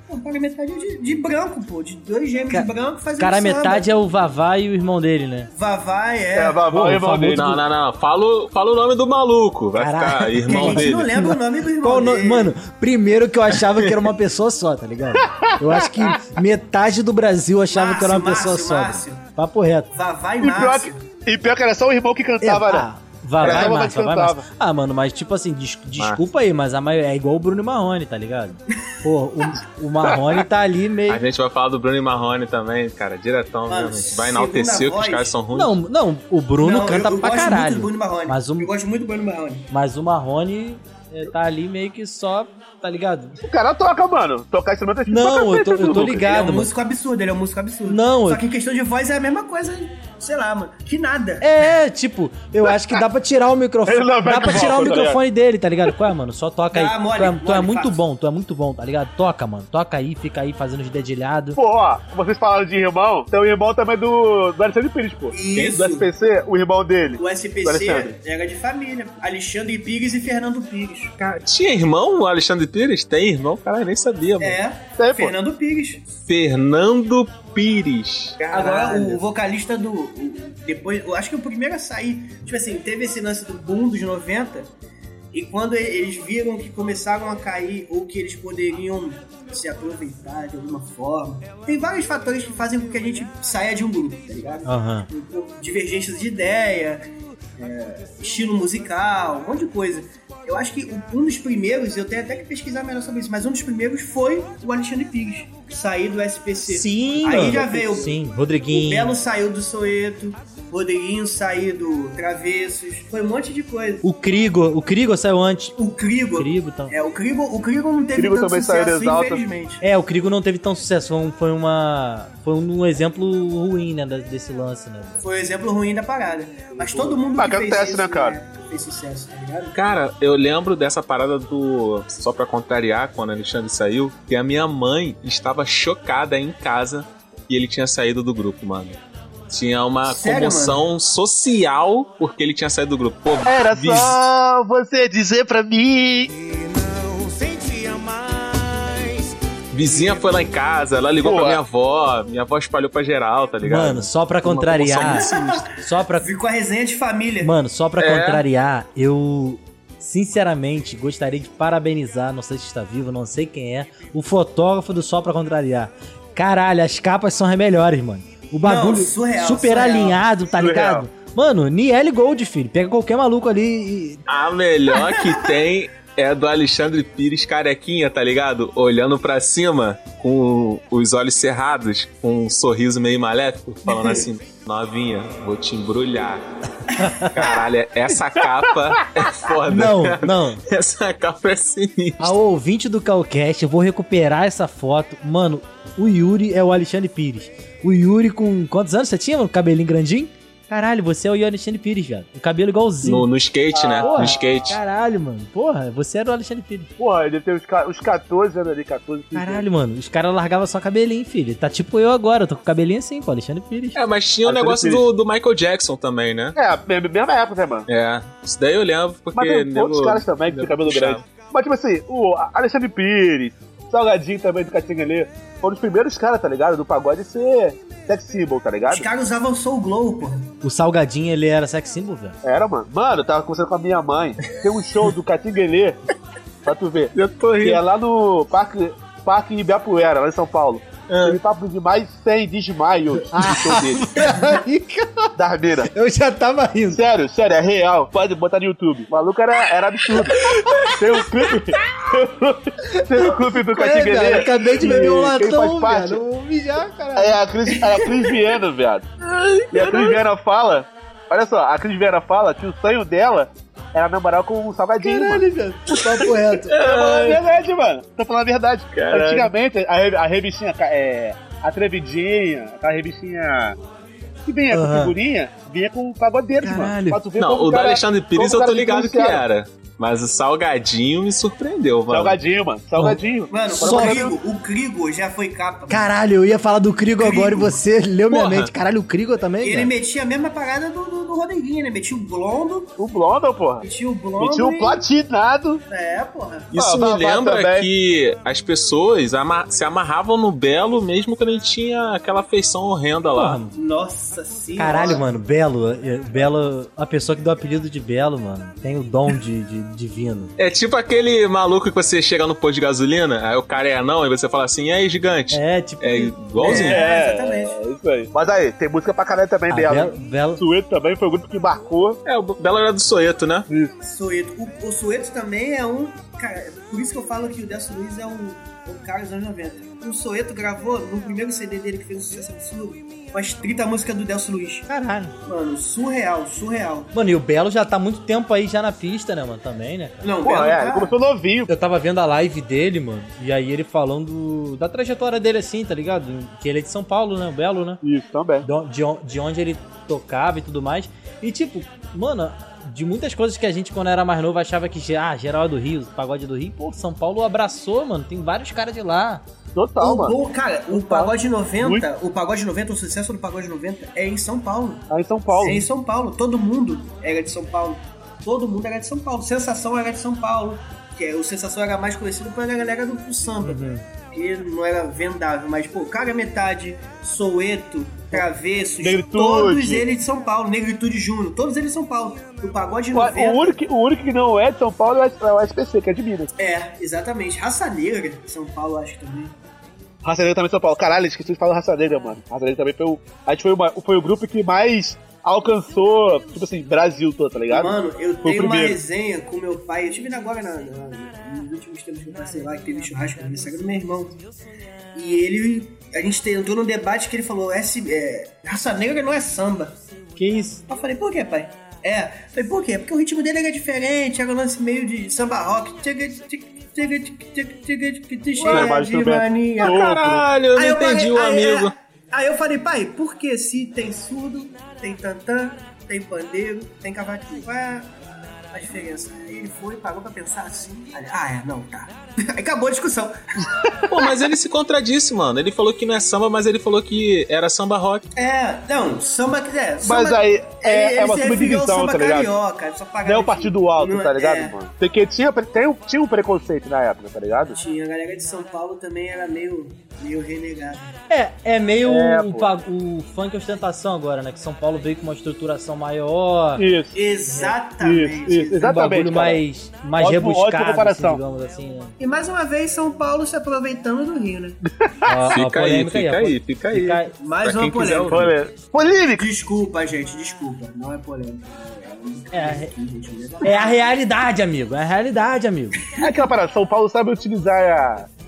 S8: pô, O cara metade é de, de branco, pô. De dois gêmeos
S7: Ca-
S8: brancos fazendo
S7: Cara,
S8: samba.
S7: metade é o Vavá e o irmão dele, né?
S8: Vavai, é.
S6: É, vai, vai,
S7: Porra,
S6: o irmão
S7: famoso
S6: dele.
S5: Não, não, não. Fala, o- fala o nome do maluco. Vai ficar
S7: Caraca. é
S8: Que a
S7: (laughs)
S5: irmão
S8: gente
S5: dele.
S8: não lembra o nome do irmão
S7: Qual o nome?
S8: dele.
S7: Mano, primeiro que eu achava que era uma pessoa só, tá ligado? Eu acho (laughs) que metade do Brasil achava que era uma
S8: Márcio,
S7: pessoa só.
S8: Márcio, Márcio.
S7: Papo reto.
S8: Vavai
S6: E pior,
S8: Márcio.
S6: que, e pior que era só o irmão que cantava, né?
S7: ah, vai,
S6: Era
S7: vai,
S6: só uma
S7: Márcio, vai,
S6: que
S7: Márcio.
S6: cantava.
S7: Ah, mano, mas tipo assim, des- desculpa aí, mas a maior, é igual o Bruno Marrone, tá ligado? Pô, o, o Marrone tá ali meio.
S5: A gente vai falar do Bruno e Marrone também, cara. Diretão, né?
S8: Mano,
S5: A gente vai
S8: segunda
S5: enaltecer que os
S8: voz.
S5: caras são ruins.
S7: Não, não, o Bruno
S8: Não,
S7: canta
S8: eu, eu
S7: pra
S8: gosto Muito
S7: caralho.
S8: do Bruno Marrone.
S7: Mas um-
S8: Eu gosto muito do Bruno Marrone.
S7: Mas o Marrone é, tá ali meio que só, tá ligado?
S6: O cara toca, mano. Tocar instrumento é tipo
S7: Não,
S6: tocar
S7: eu tô,
S6: instrumento,
S7: eu tô
S6: Lucas.
S8: Ele é um
S7: ligado, mano.
S8: músico absurdo, ele é um músico absurdo.
S7: Não,
S8: Só
S7: eu-
S8: que em questão de voz é a mesma coisa, sei lá, mano. Que nada.
S7: É, tipo, eu acho que dá pra tirar o microfone.
S6: Ele não vai
S7: Dá pra
S6: com
S7: tirar o
S6: volta, tá
S7: microfone dele, tá ligado? Qual é, mano? Só toca aí.
S8: Ah, mole,
S7: tu é, tu é
S8: mole,
S7: muito
S8: fácil.
S7: bom, tu é muito bom, tá ligado? Toca, mano. Toca aí, fica aí fazendo os dedilhados.
S6: Pô, ó, vocês falaram de irmão, tem o irmão também do, do Alexandre Pires, pô.
S8: Isso.
S6: Do SPC, o irmão dele.
S8: O
S6: Do
S8: SPC
S6: Alexandre.
S8: era é de família. Alexandre Pires e Fernando Pires.
S5: Cara, tinha irmão o Alexandre Pires? Tem irmão? Caralho, nem sabia, mano.
S8: É,
S6: Tem, pô.
S8: Fernando Pires.
S5: Fernando Pires.
S8: Agora, o vocalista do. o- Depois, eu acho que o primeiro a sair. Tipo assim, teve esse lance do boom dos 90. E quando e- eles viram que começaram a cair, ou que eles poderiam se aproveitar de alguma forma. Tem vários fatores que fazem com que a gente saia de um grupo, tá ligado? Então,
S7: Aham.
S8: divergências de ideia, é, estilo musical, um monte de coisa. Eu acho que um dos primeiros, eu tenho até que pesquisar melhor sobre isso, mas um dos primeiros foi o Alexandre Pires, sair do SPC.
S7: Sim,
S8: Aí
S7: mano.
S8: já veio
S7: Sim,
S8: O
S7: Rodriguinho.
S8: Belo saiu do Soeto, Rodriguinho saído, Travessos, foi um monte de coisa.
S7: O Krigor, o Krigor saiu antes.
S8: O Crigo.
S7: Krigo tam-
S8: É, o Crigo, o Crigo não teve
S6: Krigo
S8: tanto
S6: também saiu
S8: sucesso,
S6: do Exalta.
S8: infelizmente.
S7: É, o Krigo não teve tão sucesso. Foi um- Foi uma. Foi um exemplo ruim, né? da- Desse lance, né?
S8: Foi um exemplo ruim da parada. Mas todo mundo
S6: Mas
S8: que fez
S6: acontece,
S8: isso,
S6: né, cara?
S8: fez sucesso, tá ligado?
S5: Cara, eu lembro dessa parada do. Só pra contrariar, quando o Alexandre saiu, que a minha mãe estava chocada em casa e ele tinha saído do grupo, mano. Tinha uma
S8: Sério,
S5: comoção social porque ele tinha saído do grupo. Pô,
S6: Era
S5: vis-
S6: só você dizer pra mim.
S5: vizinha foi lá em casa, ela ligou
S6: Pô,
S5: pra minha avó, minha avó espalhou pra geral, tá ligado?
S7: Mano, só pra
S5: Uma comoção
S7: contrariar.
S5: muito sinistra.
S7: Só
S8: (laughs)
S7: pra
S8: Ficou a resenha de família.
S7: Mano, só pra
S5: É.
S7: contrariar, eu sinceramente gostaria de parabenizar, não sei se está vivo, não sei quem é, o fotógrafo do Só Pra Contrariar. Caralho, as capas são as melhores, mano. O bagulho
S8: surreal,
S7: super
S8: surreal.
S7: alinhado, tá
S6: Surreal.
S7: ligado? Mano, Niele Gold, filho. Pega qualquer maluco ali e.
S5: A melhor que tem é a do Alexandre Pires carequinha, tá ligado? Olhando pra cima, com os olhos cerrados, com um sorriso meio maléfico,
S6: (laughs)
S5: falando assim: novinha, vou te embrulhar. Caralho, é- essa capa é foda.
S7: Não,
S5: cara.
S7: não.
S5: Essa capa é sinistra.
S7: Ao ouvinte do Calcast, eu vou recuperar essa foto. Mano, o Yuri é o Alexandre Pires. O Yuri com quantos anos você tinha, mano? Cabelinho grandinho? Caralho, você é o Alexandre Pires, velho. O cabelo igualzinho.
S5: No, no skate, né?
S7: Assim? Porra,
S5: no skate.
S7: Caralho, mano. Porra, você era o Alexandre Pires.
S6: Porra, ele teve uns, ca- uns 14 anos ali, 14, 15 anos.
S7: Caralho, mano. Os caras largavam só cabelinho, filho. Tá tipo eu agora. Eu tô com cabelinho assim, com o Alexandre Pires.
S5: É, mas tinha o
S6: Alexandre
S5: negócio do, do Michael Jackson também, né?
S6: É, mesmo- mesma época, né, mano?
S5: É. Isso daí eu lembro, porque.
S6: Mas tem outros
S5: nego-
S6: caras também que tem
S5: nego
S6: cabelo
S5: puxava.
S6: grande. Mas tipo assim, o Alexandre Pires, Salgadinho também do Catinguelê, foram os primeiros caras, tá ligado? Do pagode ser sex symbol, tá ligado?
S8: Os caras usavam Soul Glow, porra.
S7: O Salgadinho, ele era sex symbol, velho.
S6: Era, mano. Mano, eu tava conversando com a minha mãe. Tem um show do Catinguelê, pra tu ver.
S5: Eu tô
S6: Que
S5: rindo.
S6: é lá no Parque, Parque Ibirapuera, lá em São Paulo.
S5: É.
S6: Teve papo de mais 100 desmaios no show
S5: (laughs)
S6: dele. da mina.
S7: eu já tava rindo.
S6: Sério, sério, é real. Pode botar no YouTube. O maluco era, era absurdo. Tem um clipe. (laughs) Tem um clipe
S5: É,
S6: do
S7: É,
S6: Catinguelê.
S7: um
S5: um
S6: Quem faz parte
S7: vou mijar, caralho.
S6: é a Cris, é a Cris Viana, viado. E a Cris Viana fala. Olha só, a Cris Viana fala que o sonho dela era namorar com um salgadinho. mano.
S7: velho. Papo reto.
S6: Tô falando a verdade, mano. Tô falando a verdade.
S5: Caralho.
S6: Antigamente, a, re- a revistinha, ca- é, atrevidinha, aquela revistinha que vinha com
S7: Aham.
S6: figurinha, vinha com pagodeiros, mano.
S7: Caralho.
S6: Pra tu ver
S5: Não,
S6: como
S5: o do
S6: cara-
S5: Alexandre Pires
S6: como
S5: eu
S6: o
S5: tô
S6: cara
S5: ligado que
S6: influenciava.
S5: era. Mas o Salgadinho me surpreendeu, mano.
S6: Salgadinho, mano. Salgadinho.
S8: Mano,
S7: Só-
S8: o Crigo, o Crigo já foi capa. mano.
S7: Caralho, eu ia falar do Krigo agora e
S8: Krigo.
S7: você leu minha
S5: Porra.
S7: mente. Caralho, o Krigo também,
S8: Ele
S7: velho.
S8: metia a mesma parada do, do, do Rodriguinho, né? Metia o Blondo,
S6: O Blondo, porra.
S8: metia o Blondo
S6: E tinha um
S8: e-
S6: platinado.
S8: É, porra.
S5: Isso
S6: Ah, babá
S5: me lembra
S6: também.
S5: que as pessoas ama- se amarravam no Belo mesmo quando ele tinha aquela feição horrenda lá.
S7: Porra,
S8: Nossa senhora.
S7: Caralho, mano, Belo, eh, Belo, a pessoa que dá o apelido de Belo, mano, tem o dom de, de- divino.
S5: É tipo aquele maluco que você chega no posto de gasolina, aí o cara é anão e você fala assim, e aí, gigante? É,
S7: É, tipo.
S5: igualzinho.
S8: É,
S6: É
S8: exatamente.
S6: isso aí. Mas aí, tem música pra caralho também,
S7: ah,
S6: Belo.
S7: Belo, Belo-
S6: Sueto também foi o grupo que marcou.
S5: É, o Belo era do Soeto, né?
S8: Soeto. O, o Soeto também é um. Cara, por isso que eu falo que o Décio Luiz é um, um cara dos anos 90. O Soeto gravou no primeiro CD dele que fez um sucesso absurdo. Umas 30 músicas do Décio Luiz.
S7: Caralho.
S8: Mano, surreal, surreal.
S7: Mano, e o Belo já tá há muito tempo aí já na pista, né, mano, também, né, cara?
S8: Não,
S6: Porra,
S8: Belo,
S6: é,
S8: cara.
S6: ele começou novinho.
S7: Eu tava vendo a live dele, mano, e aí ele falando da trajetória dele assim, tá ligado? Que ele é de São Paulo, né, o Belo, né?
S6: Isso, também.
S7: de, on- de on- de onde ele tocava e tudo mais. E tipo, mano, de muitas coisas que a gente, quando era mais novo, achava que, ah, geral é do Rio, pagode é do Rio. Pô, São Paulo abraçou, mano. Tem vários caras de lá.
S6: Total,
S8: o,
S6: mano.
S8: o- cara, o Pagode 90, o Pagode 90, o sucesso do Pagode 90 é em São Paulo.
S6: Aí em São Paulo.
S8: É em São Paulo. Todo mundo era de São Paulo. Todo mundo era de São Paulo. Sensação era de São Paulo. Que é, o Sensação era mais conhecido pela galera do, do samba.
S6: Uhum.
S8: Que não era vendável, mas, pô, cara metade, Soueto, Travessos,
S6: Negritude.
S8: todos eles de São Paulo, Negritude Júnior, todos eles de São Paulo. O Pagode
S6: O,
S8: 90.
S6: o único, o único que não é de São Paulo é o SPC, que é de Minas.
S8: É, exatamente. Raça Negra, de São Paulo, acho que também.
S6: Raça Negra também é de São Paulo. Caralho, esqueci de falar Raça Negra, mano. Raça Negra também foi o. A gente foi, uma- foi o grupo que mais alcançou, tipo assim, Brasil todo, tá ligado?
S8: Mano,
S6: Foi o
S8: eu tenho uma
S6: primeiro.
S8: resenha com meu pai. Eu tive indo agora na, na- nos últimos tempos que eu passei lá, que teve churrasco aniversário do meu irmão. E ele. A gente te- entrou num debate que ele falou: "S- é, raça negra não é samba.
S7: Que isso?
S8: Eu falei, por quê, pai? É, falei, por quê? Porque o ritmo dele era diferente, era um lance meio de samba rock. Tchiga, tchiga, tchiga, tchiga, tchiga, tchiga, Cheia
S6: baixo
S8: de
S6: do Beto.
S8: mania.
S6: Ah,
S5: Caralho, eu não
S8: Aí
S5: entendi o
S8: falei- aí,
S5: amigo.
S8: é, Aí eu falei, pai, por que se tem surdo, tem tantã, tem pandeiro, tem cavaquinho? Qual é a diferença? Aí ele foi, parou pra pensar assim. Aí, ah, é, não, tá. (laughs) Aí acabou a discussão.
S5: Pô, mas ele se contradisse, mano. Ele falou que não é samba, mas ele falou que era samba rock.
S8: É, não, samba que é. Samba,
S6: Mas aí é,
S8: ele-
S6: é
S8: ele
S6: uma
S8: se referiu ao
S6: subdivisão,
S8: samba
S6: tá ligado?
S8: Carioca, essa parada
S6: Não é o
S8: de-
S6: partido alto,
S8: não é-
S6: tá ligado,
S8: é.
S6: mano? Porque tinha, tem, tinha um preconceito na época, tá ligado?
S8: Tinha, a galera de São Paulo também era meio, meio renegada.
S7: É, é meio
S6: É,
S7: o,
S6: pô.
S7: pa- o funk é ostentação agora, né? Que São Paulo veio com uma estruturação maior,
S6: Isso,
S8: Exatamente.
S6: Isso, isso,
S7: um
S6: Exatamente,
S7: bagulho
S6: cara.
S7: mais, mais
S6: Ótimo-
S7: rebuscado,
S6: ótima
S7: assim,
S6: comparação.
S7: digamos
S6: (laughs)
S7: assim. Né?
S8: E mais uma vez, São Paulo se aproveitando do Rio, né?
S7: A- a
S5: Fica aí,
S7: Ah, polêmica
S5: fica
S7: a po-
S5: aí, fica aí.
S7: fica aí.
S8: Mais
S5: Pra
S8: uma
S5: quem quiser
S8: polêmica.
S5: ouvir.
S6: Olha, Polêmica!
S8: Desculpa, gente, desculpa. Não é polêmica.
S7: É,
S8: Gente, né?
S7: é a realidade, amigo. É a realidade, amigo.
S6: É aquela parada, São Paulo sabe utilizar a.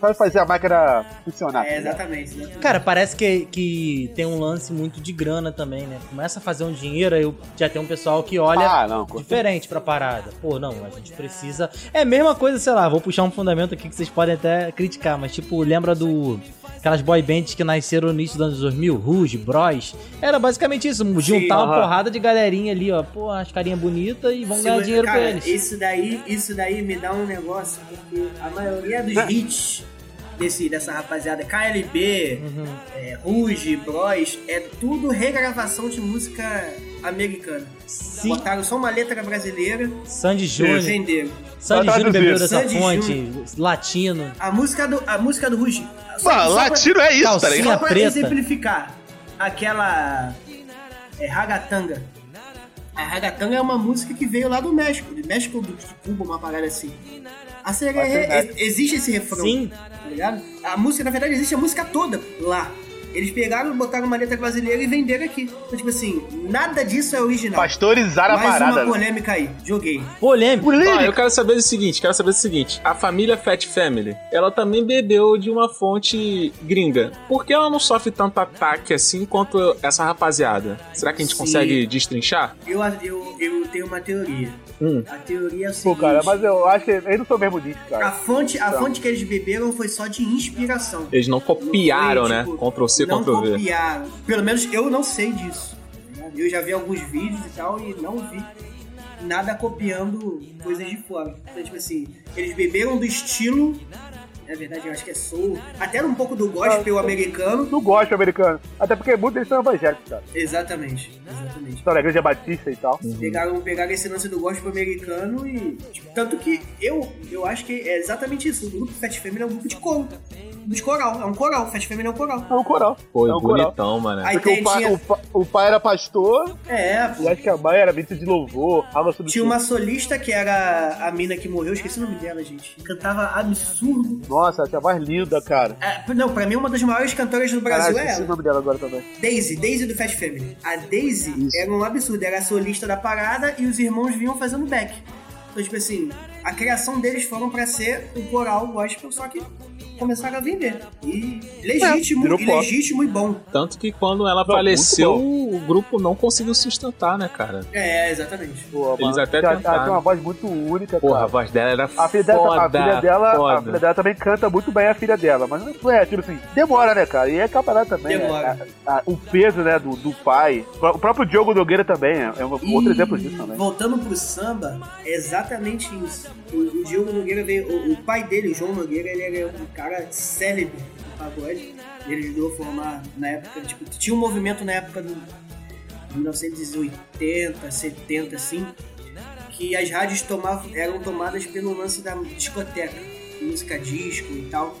S6: Sabe fazer a máquina funcionar.
S8: É,
S6: tá ligado?
S8: exatamente. exatamente.
S7: Cara, parece que, que tem um lance muito de grana também, né? Começa a fazer um dinheiro, aí eu- já tem um pessoal que olha
S6: Ah, não, com
S7: diferente pra parada. Pô, não, a gente precisa. É a mesma coisa, sei lá, vou puxar um fundamento aqui que vocês podem até criticar, mas tipo, lembra do. Aquelas boy bands que nasceram no início dos anos 2000, Rouge, Bros. Era basicamente isso, um juntar uma
S6: aham.
S7: porrada de galerinha ali, ó. Pô, as carinhas bonitas e vão
S8: Se
S7: ganhar
S8: você-
S7: dinheiro
S8: cara,
S7: com eles.
S8: Isso daí, isso daí me dá um negócio, porque a maioria dos hits desse, dessa rapaziada, KLB,
S7: Uhum.
S8: é, Ruge, Bros, é tudo regravação de música americana.
S7: Sim,
S8: Botaram só uma letra brasileira,
S7: Sandy Júnior.
S8: entenderam.
S7: Sandy
S6: Tá
S7: Júnior bebeu
S6: traduzido.
S7: dessa
S8: Sandy
S7: fonte,
S8: Júnior.
S7: latino.
S8: A música do, a música do Ruge.
S6: Pô, latino é isso, tá
S7: Calcinha
S6: ligado?
S8: Só pra
S7: preta.
S8: exemplificar, aquela é, ragatanga. A ragatanga é uma música que veio lá do México, do México ou do de Cuba, uma parada assim. A série
S6: Mas é verdade.
S8: existe esse refrão,
S7: Sim,
S8: tá ligado? A música, na verdade, existe a música toda lá. Eles pegaram, botaram uma letra brasileira e venderam aqui. Então, tipo assim, nada disso é original.
S6: Pastorizar a
S8: Mais
S6: parada. né?
S8: uma polêmica aí, joguei.
S7: polêmico.
S5: Ó, eu
S6: Polêmica!
S5: quero saber o seguinte, quero saber o seguinte. A família Fat Family, ela também bebeu de uma fonte gringa. Por que ela não sofre tanto ataque assim quanto essa rapaziada? Será que a gente
S8: Sim.
S5: consegue destrinchar?
S8: Eu, eu, eu tenho uma teoria.
S5: Hum.
S8: A teoria é o
S6: Pô,
S8: seguinte...
S6: cara, mas eu Tá. acho que eles não são mesmo disso,
S8: A
S6: cara.
S8: fonte, a fonte que eles beberam foi só de inspiração.
S5: Eles não copiaram,
S8: Não
S5: né?
S8: foi, tipo,
S5: Ctrl C,
S8: não
S5: Ctrl V.
S8: copiaram. Pelo menos eu não sei disso. né? Eu já vi alguns vídeos e tal e não vi nada copiando coisas de fora. Então, tipo assim, eles beberam do estilo. Na verdade, eu acho que é soul. Até um pouco do gospel americano.
S6: Não gosto americano. Até porque muitos deles são evangélicos, cara.
S8: Exatamente, exatamente.
S6: Estão na igreja batista e tal.
S8: Pegaram, pegaram esse lance do gospel americano e. tipo, tanto que eu, eu acho que é exatamente isso. O grupo Fat Family é um grupo de coro. De coral, é um coral. Fat Family é um coral.
S6: É um coral.
S5: Foi
S6: é um coral.
S5: bonitão, mano.
S8: Aí
S6: Porque
S8: tem,
S6: o pai,
S8: tinha,
S6: o, pa- o pai era pastor,
S8: É,
S6: e
S8: pô.
S6: acho que a mãe era vista de louvor, algo tipo. sobre
S8: Tinha uma solista que era a mina que morreu, esqueci o nome dela, gente. Cantava absurdo.
S6: Nossa, ela tinha mais linda, cara.
S8: É, não, pra mim uma das maiores cantoras do Brasil
S6: Caralho,
S8: é
S6: esqueci o
S8: ela.
S6: nome dela agora também.
S8: Daisy, Daisy do Fast Family. A Daisy
S6: Isso.
S8: era um absurdo, era a solista da parada e os irmãos vinham fazendo back. Então, tipo assim, a criação deles foram pra ser o coral gospel, só que começaram a vender. E
S6: É,
S8: legítimo,
S6: virou
S8: e
S6: pop.
S8: legítimo e bom.
S5: Tanto que quando ela
S6: Não,
S5: faleceu,
S6: muito
S5: o grupo não conseguiu sustentar, né, cara?
S8: É, exatamente.
S6: Pô,
S5: Eles até
S6: Ela- Ela
S5: tentaram.
S6: tem uma voz muito única,
S5: Porra, a
S6: cara.
S5: voz dela era
S6: A filha, dela, tá-
S5: foda,
S6: a, filha dela,
S5: foda.
S6: a filha dela também canta muito bem a filha dela, mas não é, tipo assim, demora, né, cara? E é caparada também. né?
S8: Demora.
S6: A- a- o peso, né, do, do pai. O próprio Diogo Nogueira também é, é um outro
S8: E,
S6: exemplo disso também.
S8: Voltando pro samba, é exatamente isso. O, o Diogo Nogueira veio. O, o pai dele, o João Nogueira, ele era um cara célebre do pagode. Ele ajudou a formar na época, tipo, tinha um movimento na época do 1980, 70, assim, que as rádios tomavam, eram tomadas pelo lance da discoteca, música disco e tal.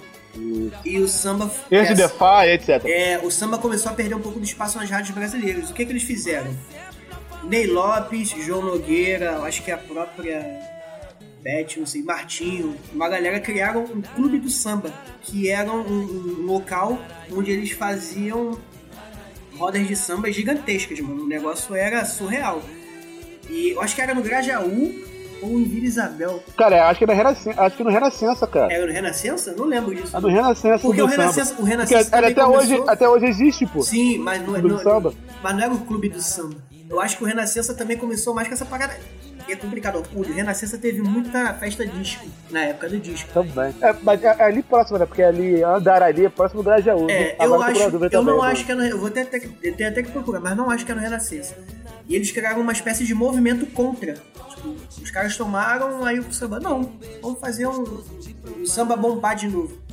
S8: E o samba.
S6: Esse
S8: é,
S6: Defy, etc.
S8: é, o samba começou a perder um pouco do espaço nas rádios brasileiras. O que, que eles fizeram? Ney Lopes, João Nogueira, acho que é a própria Beth, não sei, Martinho, uma galera criaram um clube do samba, que era um, um- um local onde eles faziam rodas de samba gigantescas, mano. O negócio era surreal. E eu acho que era no Grajaú ou Envira Isabel.
S6: Cara, eu acho que, era Renascença, acho que no Renascença, cara.
S8: Era no Renascença? Não lembro disso.
S6: É no Renascença.
S8: Porque
S6: do
S8: o
S6: samba.
S8: Renascença, o
S6: Porque
S8: Renascença
S6: era
S8: também
S6: até, hoje,
S8: começou-
S6: até hoje existe, pô.
S8: Sim, mas não, é-
S6: Clube
S8: não-
S6: do samba?
S8: mas não era o clube do samba. Eu acho que o Renascença também começou mais com essa parada. E é complicado. O Renascença teve muita festa disco na época do disco.
S6: Também. É, mas é, é ali próximo, né? Porque é ali, andar ali, é próximo do Grajaú. né?
S8: É, eu acho. Eu não acho que é no, Eu vou até, até, eu tenho até que procurar, mas não acho que é no Renascença. E eles criaram uma espécie de movimento contra. Tipo, os caras tomaram, aí o samba. Não, vamos fazer um, um samba bombar de novo.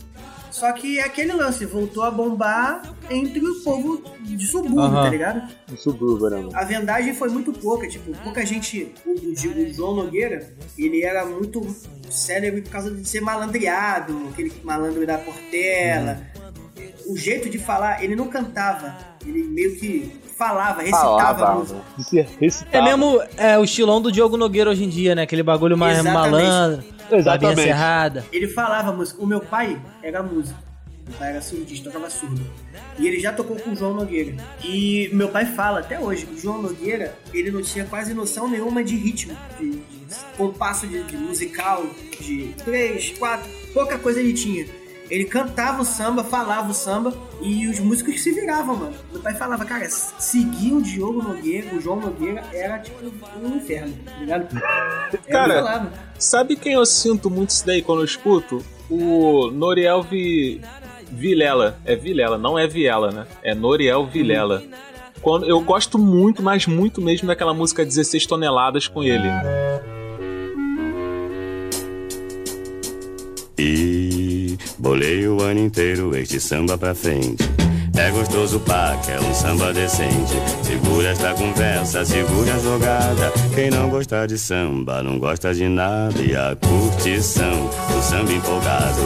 S8: Só que é aquele lance, voltou a bombar entre o povo de subúrbio,
S7: Aham.
S8: tá ligado?
S6: No subúrbio, né, mano?
S8: A vendagem foi muito pouca, tipo, pouca gente. O, o- o João Nogueira, ele era muito célebre por causa de ser malandreado, aquele malandro da Portela. O jeito de falar, ele não cantava, ele meio que falava, recitava a música.
S6: De ser recitado.
S7: É mesmo é, o estilão do Diogo Nogueira hoje em dia, né? Aquele bagulho mais
S8: Exatamente.
S7: malandro, babinha
S6: Exatamente.
S7: cerrada.
S8: Ele falava a música. O meu pai era músico. Meu pai era surdista, tocava surdo. E ele já tocou com o João Nogueira. E meu pai fala até hoje, o João Nogueira, ele não tinha quase noção nenhuma de ritmo, de, de compasso de, de musical, de três, quatro, pouca coisa ele tinha. Ele cantava o samba, falava o samba e os músicos se viravam, mano. Meu pai falava, cara, seguir o Diogo Nogueira, o João Nogueira, era tipo um inferno, tá ligado? Ele
S5: Cara,
S8: falava.
S5: Sabe quem eu sinto muito isso daí quando eu escuto? O Noriel Vi... Vilela. É Vilela, não é Viela, né? É Noriel Vilela. Quando... Eu gosto muito, mas muito mesmo daquela música 16 toneladas com ele.
S10: E bolei o ano inteiro este samba pra frente. É gostoso, pá, que é um samba decente. Segura esta conversa, segura a jogada. Quem não gostar de samba, não gosta de nada. E a curtição, o samba empolgado.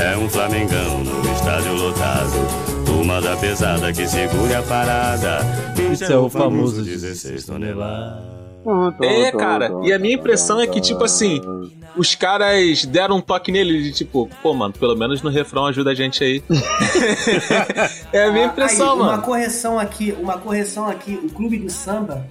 S10: É um flamengão no estádio lotado. Turma da pesada que segura a parada.
S7: Isso é o famoso 16
S10: toneladas.
S5: É, cara, e a minha impressão é que, tipo assim, os caras deram um toque nele de tipo, pô, mano, pelo menos no refrão ajuda a gente aí. (laughs) é a minha
S8: Ah,
S5: impressão,
S8: aí, Uma
S5: mano.
S8: correção aqui, uma correção aqui. O Clube do Samba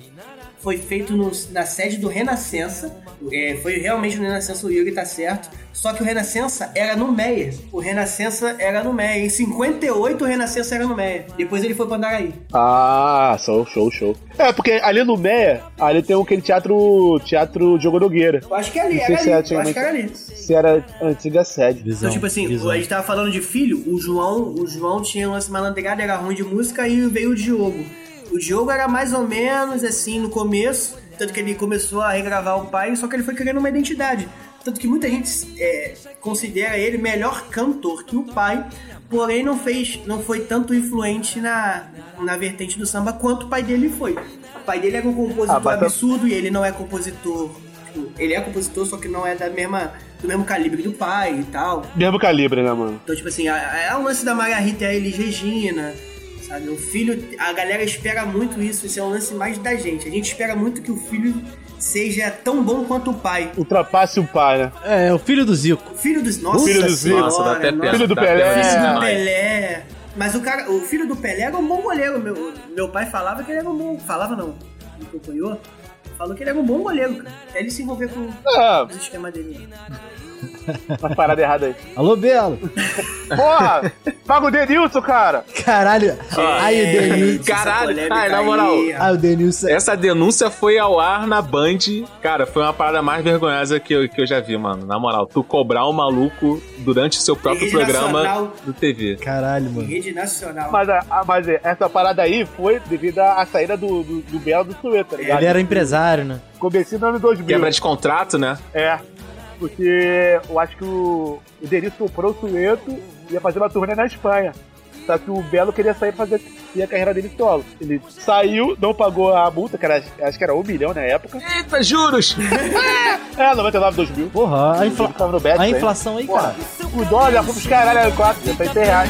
S8: foi feito no- na sede do Renascença. É, foi realmente no Renascença, o Yuri tá certo. Só que o Renascença era no Meia. O Renascença era no Meia. Em 58 o Renascença era no Meia. Depois ele foi pra Andaraí.
S6: Ah, show, show, show. É, porque ali no Meia, ali tem um aquele teatro. Teatro Diogo Nogueira.
S8: Eu acho que ali,
S6: Não
S8: era
S6: sei se
S8: ali.
S6: é
S8: eu acho que era ali.
S6: Se era antiga sede.
S7: Visão,
S8: Então, tipo assim,
S7: visão.
S8: a gente tava falando de filho, o João, o João tinha um lance malandrado, era ruim de música e veio o Diogo. O Diogo era mais ou menos assim no começo, tanto que ele começou a regravar o pai, só que ele foi criando uma identidade. Tanto que muita gente é, considera ele melhor cantor que o pai, porém não fez, não foi tanto influente na, na vertente do samba quanto o pai dele foi. O pai dele era um compositor
S6: Ah, mas tá-
S8: absurdo e ele não é compositor. Tipo, Ele é compositor, só que não é da mesma, do mesmo calibre do pai e tal.
S6: Mesmo calibre, né, mano?
S8: Então, tipo assim, é o lance da Maria Rita e a Elis Regina, sabe? O filho, a galera espera muito isso, isso é um lance mais da gente. A gente espera muito que o filho seja tão bom quanto o pai.
S6: Ultrapasse o pai, né?
S7: É, o filho do Zico.
S8: O filho dos nossos,
S6: Filho do Zico.
S5: Nossa, dá até
S8: né?
S5: pena.
S6: Filho do
S5: dá
S6: Pelé.
S5: pena.
S8: filho do
S5: Nossa.
S8: Pelé. Mas o cara, o filho do Pelé era um bom goleiro. Meu, meu pai falava que ele era um bom. Falava não, me acompanhou. Falou que ele era um bom goleiro, cara. Até ele se envolver com o
S6: Ah,
S8: esquema dele.
S6: uma parada errada aí.
S7: Alô, Belo.
S6: Porra! Paga o Denilson, cara!
S7: Caralho. Aí o Denilson.
S5: Caralho,
S8: polêmica
S5: ai, na
S8: aí,
S5: moral,
S8: ó.
S7: Aí o Denilson.
S5: essa denúncia foi ao ar na Band. Cara, foi uma parada mais vergonhosa que eu, que eu já vi, mano. Na moral, tu cobrar um maluco durante o seu próprio
S8: Rede
S5: programa
S8: Nacional.
S5: do TV.
S7: Caralho, mano.
S8: Rede Nacional.
S6: Mas, a- a- mas essa parada aí foi devido à saída do, do, do Belo do Sueta, tá ligado?
S7: Ele era empresário, né?
S6: Comecei no ano 2000.
S5: Quebra de contrato, né?
S6: É. Porque eu acho que o, o Denilson comprou o Sueto e ia fazer uma turnê na Espanha. Só que o Belo queria sair pra fazer e a carreira dele solo. Ele saiu, não pagou a multa, que era, acho que era um milhão na época.
S5: Eita, juros!
S6: É, 99, 2000.
S7: Porra, a, infla-
S6: Tava no Betis,
S7: a
S6: hein?
S7: inflação aí,
S6: Porra,
S7: cara.
S6: o dólar já foi pros caralho, era 4, já tá em 100 reais.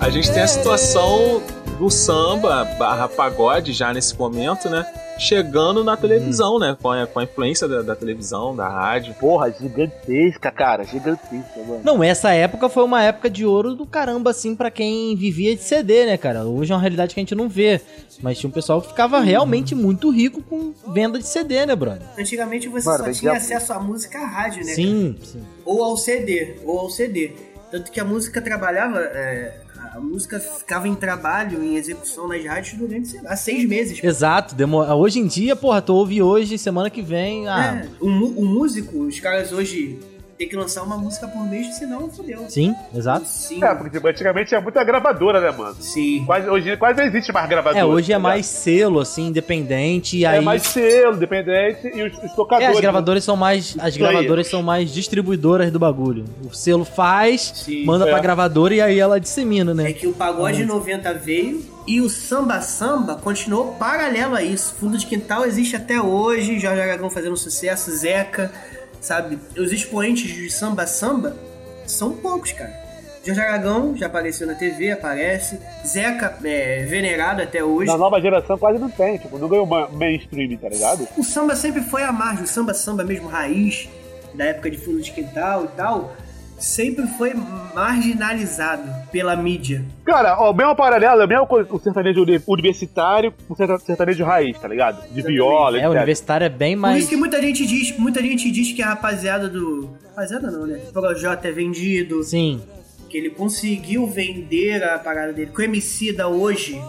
S5: A gente tem a situação do samba barra pagode já nesse momento, né? Chegando na televisão, né? Com a, com a influência da, da televisão, da rádio.
S6: Porra, gigantesca, cara. Gigantesca, mano.
S7: Não, essa época foi uma época de ouro do caramba, assim, pra quem vivia de CD, né, cara? Hoje é uma realidade que a gente não vê. Mas tinha um pessoal que ficava realmente muito rico com venda de CD, né, brother?
S8: Antigamente você
S6: Mano,
S8: só
S6: mas
S8: tinha
S6: já-
S8: acesso à música à rádio, né?
S7: Sim, sim.
S8: Ou ao CD, ou ao CD. Tanto que a música trabalhava, é, a música ficava em trabalho, em execução nas rádios durante, sei lá, seis meses.
S7: Exato. Demora... Hoje em dia, porra, tu ouve hoje, semana que vem. Ah,
S8: É, o, mu- o músico, os caras hoje têm que lançar uma música por mês, senão fodeu.
S7: sim, exato.
S8: É. Sim,
S6: É, porque tipo, antigamente tinha muita gravadora, né, mano?
S8: sim.
S6: Quase, hoje quase não existe mais gravadora.
S7: É, hoje é
S6: tá
S7: mais selo, assim, independente. E aí
S6: É mais selo, dependente, e os, os tocadores.
S7: É, as gravadoras são mais. As
S6: né? aí.
S7: gravadoras são mais distribuidoras do bagulho. O selo faz,
S8: Sim.
S7: manda
S6: É.
S7: pra gravadora e aí ela dissemina,
S8: É
S7: né?
S8: que o pagode 90 veio e o samba samba continuou paralelo a isso. Fundo de Quintal existe até hoje, Jorge Aragão fazendo sucesso, Zeca, sabe? Os expoentes de samba samba são poucos, cara. Jorge Aragão já apareceu na TV, aparece. Zeca é venerado até hoje.
S6: Na nova geração quase não tem, tipo, não ganhou ma- mainstream, tá ligado?
S8: O samba sempre foi a margem, o samba samba mesmo raiz, da época de fundo de quintal e tal, sempre foi marginalizado pela mídia.
S6: Cara, ó, o mesmo paralelo, é a mesma coisa, o sertanejo uni- universitário com o serta- sertanejo raiz, tá ligado? De viola,
S7: É, o
S6: etc.
S7: universitário é bem
S8: Por
S7: mais.
S8: isso que muita gente diz, muita gente diz que a rapaziada do. Rapaziada não, né? Projota é vendido,
S7: Sim.
S8: que ele conseguiu vender a parada dele. Que o MC da hoje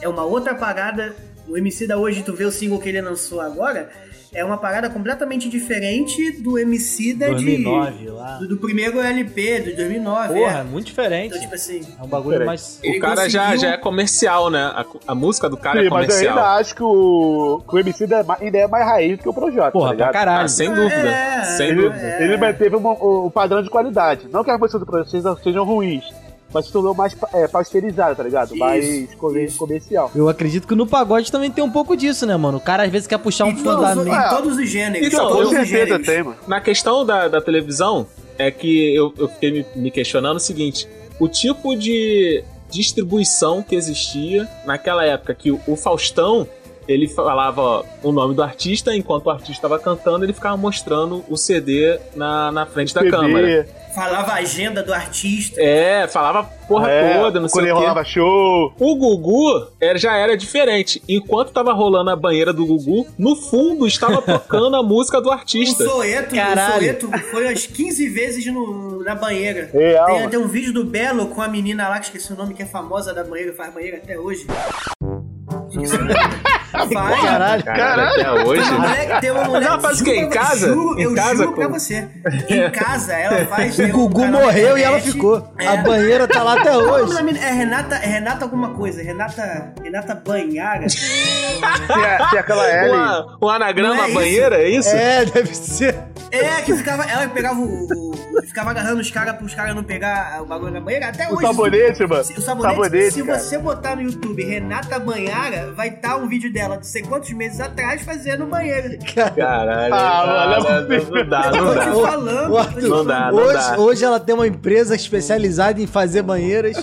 S8: é uma outra parada. O MC da hoje, tu vê o single que ele lançou agora, é uma parada completamente diferente do MC da é de.
S7: 2009 lá.
S8: Do, do primeiro LP, do 2009.
S7: Porra, é
S8: é.
S7: muito
S8: Então,
S7: diferente.
S8: tipo assim.
S7: É um bagulho mais.
S8: Ele
S5: o cara já,
S8: conseguiu-
S5: já é comercial, né? A, co- a música do cara
S6: Sim,
S5: é
S6: mas eu
S5: comercial.
S6: ainda acho que o, que o MC ainda é ma- ainda é mais raiz do que o Projota, tá
S7: Porra, pra
S6: ligado?
S5: Ah,
S7: caralho.
S5: sem dúvida.
S8: É,
S5: sem
S6: Ele,
S5: dúvida.
S8: É.
S6: ele manteve um, um padrão de qualidade. Não que as músicas do Projota sejam, sejam ruins, mas se tornou mais pa- é, pasteurizado, tá ligado? mais comer-
S8: isso.
S6: comercial.
S7: Eu acredito que no pagode também tem um pouco disso, né, mano? O cara às vezes quer puxar um
S8: Em todos,
S7: fundamento.
S8: em todos os gêneros.
S5: Então,
S8: todos
S6: Com
S8: os
S6: certeza
S8: gêneros.
S6: tem, mano.
S5: Na questão da, da televisão, é que eu, eu fiquei me, me questionando o seguinte: o tipo de distribuição que existia naquela época que o, o Faustão. Ele falava o nome do artista, enquanto o artista estava cantando, ele ficava mostrando o CD na, na frente da
S6: Bebê,
S5: câmera.
S8: Falava a agenda do artista.
S5: É, falava porra
S6: é,
S5: toda, não sei
S6: quando
S5: o quê.
S6: ele rolava show.
S5: O Gugu era- já era diferente. Enquanto tava rolando a banheira do Gugu, no fundo estava tocando a (laughs) música do
S8: O
S5: artista.
S8: Soeto,
S7: Caralho.
S8: o Soeto um foi umas 15 vezes no- na banheira.
S7: É,
S6: Real,
S8: Tem
S6: mano.
S8: até um vídeo do Belo com a menina lá, que esqueci o nome, que é famosa da banheira, faz banheira até hoje.
S7: (laughs)
S8: Esqueci o nome. Faz.
S7: Caralho.
S5: até hoje.
S8: Tem uma mulher- tem uma mulher,
S5: ela faz o quê?
S8: juro
S5: Em
S8: pra-
S5: casa?
S8: Juro,
S5: Em
S8: eu
S5: casa,
S8: juro pra
S5: pô?
S8: você. Em casa, ela faz...
S7: É. (laughs) O
S8: tem um
S7: Gugu
S8: canal na
S7: morreu e
S8: internet.
S7: ela ficou. A
S8: É.
S7: banheira tá lá até
S8: Qual o nome
S7: hoje.
S8: da menina? É Renata, é Renata alguma coisa. Renata, Renata Banhaga.
S6: Tem, a- tem aquela L.
S5: (laughs) Uma- um anagrama
S8: Não é isso?
S5: banheira, é isso?
S7: É, deve ser.
S8: É, que ficava. Ela pegava o. o- ficava agarrando os caras pros caras não pegar o bagulho na banheira. Até
S6: O
S8: hoje.
S6: sabonete, mano.
S8: O sabonete,
S6: Sabonete,
S8: se
S6: cara.
S8: você botar no YouTube Renata Banhara, vai estar um vídeo dela de sei quantos meses atrás fazendo banheiro.
S5: Caralho.
S6: Ah, mano, é
S5: não, não, não dá,
S8: Eu
S5: não
S8: tô te
S6: (laughs)
S5: dá.
S8: falando.
S7: Ô,
S8: eu tô te
S7: Arthur,
S5: Não
S8: falando.
S5: dá, não
S7: Hoje,
S5: dá.
S7: hoje ela tem uma empresa especializada em fazer banheiras.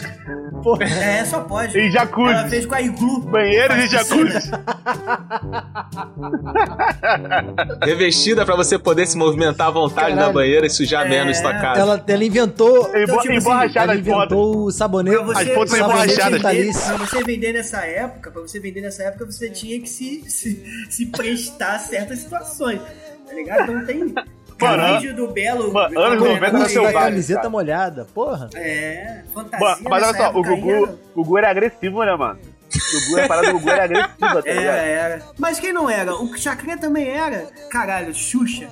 S7: Porra.
S8: É, só pode.
S6: E jacuzzi.
S8: Ela fez com a Iglu.
S6: Banheiro de
S7: (laughs)
S6: jacuzzi.
S5: Revestida pra você poder se movimentar à vontade
S7: Caralho.
S5: na banheira e sujar
S6: É.
S5: menos sua casa.
S7: Ela, ela inventou. então,
S6: Embo-
S8: tipo assim,
S6: emborrachada
S7: Ela
S6: de foda.
S7: inventou o sabonete.
S8: Pra você,
S6: As fotos são
S7: pra você
S6: emborrachadas.
S7: tentar
S8: vender,
S7: isso.
S8: pra você vender nessa época, pra você vender nessa época, você tinha que se, se, se prestar a certas situações. Tá ligado? Então tem.
S6: Mano,
S8: tem vídeo do Belo.
S6: mano, anos
S8: Belo-
S6: 90
S7: Curso
S6: seu
S7: da
S6: bar,
S7: camiseta
S6: cara.
S7: molhada. Porra.
S8: É, fantasia.
S6: Mano, mas olha
S8: nessa
S7: tá
S6: só, o
S8: época aí
S6: Gugu, o Gugu era agressivo, né, mano? O Gugu, a parada do Gugu era agressiva, tá
S7: É,
S8: Era,
S6: ligado?
S8: era, É, era. Mas quem não era? O Chacrinha também era. Caralho, Xuxa.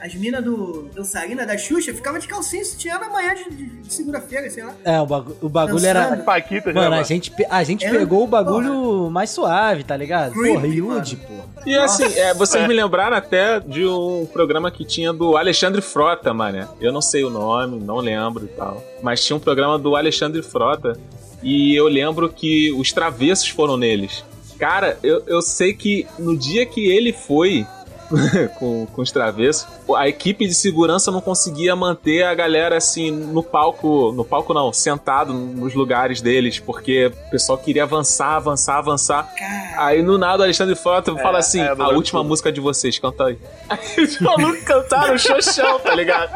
S8: As minas do dançarina da Xuxa ficava de calcinha e sutiã na manhã de, de- de segunda-feira, sei lá.
S7: É, o, bagu- o bagulho era.
S6: As Paquitas, né,
S7: Mano, a
S6: mano?
S7: gente, pe- a gente
S8: É,
S7: pegou o bagulho mais suave, tá ligado?
S8: Creepy,
S7: porra, ilude, porra.
S5: E assim, é, vocês me lembraram até de um programa que tinha do Alexandre Frota, mano. Eu não sei o nome, não lembro e tal. Mas tinha um programa do Alexandre Frota. E eu lembro que os travessos foram neles. Cara, eu, eu sei que no dia que ele foi, (laughs) com, com os travessos. A equipe de segurança não conseguia manter a galera assim no palco, no palco não, sentado nos lugares deles, porque o pessoal queria avançar, avançar, avançar. Aí no nada o Alexandre Frota fala assim:
S6: é,
S5: a
S6: bagulho
S5: última
S6: tudo."
S5: música de vocês, canta aí. (laughs) Aí os malucos cantaram xoxão, tá ligado?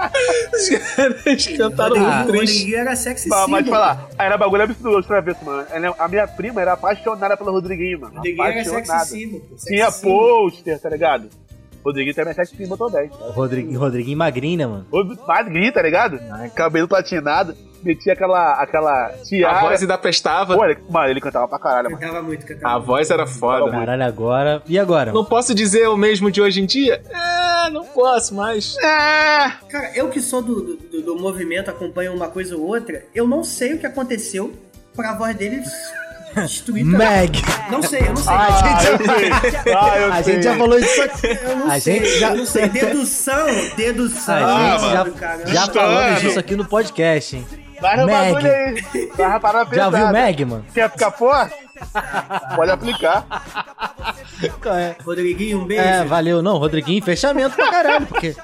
S5: Os caras
S8: Ah.
S5: cantaram muito
S8: O
S5: triste.
S8: Rodriguinho era sexy
S6: Bah, mas te
S8: symbol.
S6: falar, era bagulho absurdo os travessos, mano. Ela- é, A minha prima era apaixonada pelo Rodriguinho, mano.
S7: é
S8: Rodriguinho era sexy
S6: Apaixonada.
S8: symbol. pô, sexy
S6: Tinha
S8: symbol.
S6: pôster, tá ligado? Rodriguinho também é 7 sim, botou 10. cara.
S7: Rodrigu- Rodriguinho magrinho, né, mano?
S6: Ô, Magrinho, tá ligado? Cabelo platinado, metia aquela, aquela tiara.
S5: A voz ainda prestava.
S6: Pô, ele, mano, ele cantava pra caralho, mano.
S8: Cantava muito, cantava
S5: A
S8: muito.
S5: voz era foda.
S7: Caralho, agora. E agora?
S5: Não posso dizer o mesmo de hoje em dia? É, não posso mais.
S8: Cara, eu que sou do, do, do movimento, acompanho uma coisa ou outra, eu não sei o que aconteceu pra voz dele (laughs) destruir. tanto.
S7: Meg!
S8: Não sei, eu não sei.
S7: Ah, gente,
S6: Eu sei. Ah, eu
S7: a
S6: sei.
S7: gente já falou isso aqui.
S8: (laughs) eu não
S7: a
S8: sei,
S7: gente já-
S8: eu não sei. Dedução,
S6: Ah,
S8: dedução.
S7: A Ah, gente
S8: Caramba,
S7: já-
S8: cara.
S7: Já
S6: Estourando.
S7: falamos disso aqui no podcast, hein?
S6: tá Vai no
S7: Meg.
S6: bagulho aí. é Vai rapar na
S7: Já
S6: pesada.
S7: viu
S6: (laughs)
S7: Meg, mano?
S6: Quer ficar forte? Pode aplicar.
S7: É,
S8: Rodriguinho, um beijo.
S7: é, valeu. Não, Rodriguinho, fechamento pra
S6: (laughs)
S7: caralho, porque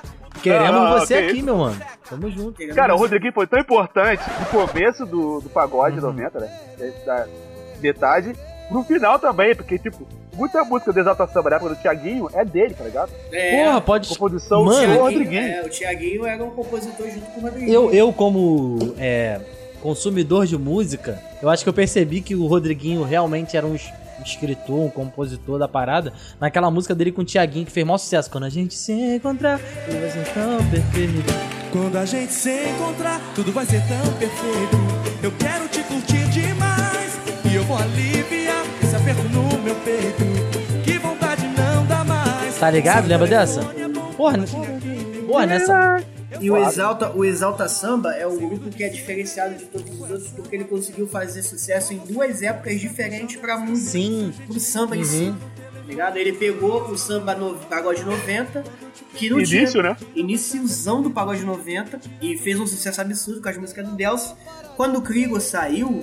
S7: queremos
S6: Ah,
S7: você
S6: que
S7: aqui,
S6: isso.
S7: meu mano. Tamo junto.
S6: Cara, o Rodriguinho foi tão importante no começo do, do pagode 90, né? Da metade. No final também, porque, tipo, muita música do Exalta Samba da época do Thiaguinho é dele, tá ligado?
S8: É,
S7: Porra, pode.
S6: Composição
S7: Mano,
S6: do
S8: Thiaguinho-
S6: Rodriguinho.
S8: é, o Thiaguinho era um compositor junto com o Rodriguinho.
S7: Eu, eu como é, consumidor de música, eu acho que eu percebi que o Rodriguinho realmente era um es- escritor, um compositor da parada, naquela música dele com o Tiaguinho, que fez maior sucesso. Quando a gente se encontrar, tudo vai ser tão perfeito.
S9: Quando a gente se encontrar, tudo vai ser tão perfeito. Eu quero te curtir demais e eu vou aliviar esse aperto no meu peito. Que vontade não dá mais.
S7: Tá ligado? Lembra dessa? Porra, né? porra nessa.
S8: E o Exalta, o Exalta Samba é o grupo que é diferenciado de todos os outros porque ele conseguiu fazer sucesso em duas épocas diferentes pra música.
S7: Sim. Uhum.
S8: pro samba em si. tá Ligado? Ele pegou o samba no pagode 90, que não
S6: Início,
S8: tinha
S6: né?
S8: iniciozão do pagode 90 e fez um sucesso absurdo com as músicas do Delcio. Quando o Krigo saiu,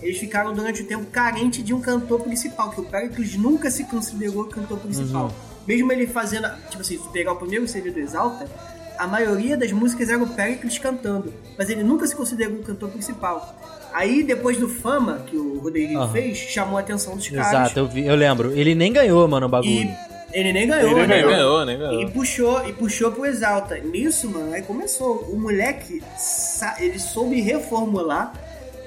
S8: eles ficaram durante o tempo carente de um cantor principal, que o Pericles nunca se considerou cantor
S7: Uhum.
S8: principal. Mesmo ele fazendo, tipo assim, se pegar o primeiro CD do Exalta, a maioria das músicas era o Pericles cantando, mas ele nunca se considerou o cantor principal. Aí, depois do Fama, que o Rodriguinho
S7: Aham.
S8: fez, chamou a atenção dos caras.
S7: Exato, eu, vi- eu lembro. Ele nem ganhou, mano, o
S8: E
S7: bagulho.
S8: ele nem ganhou,
S6: Ele nem
S8: né?
S5: Ganhou, né?
S8: E puxou, e puxou pro Exalta. Nisso, mano, aí começou. O moleque, sa- ele soube reformular.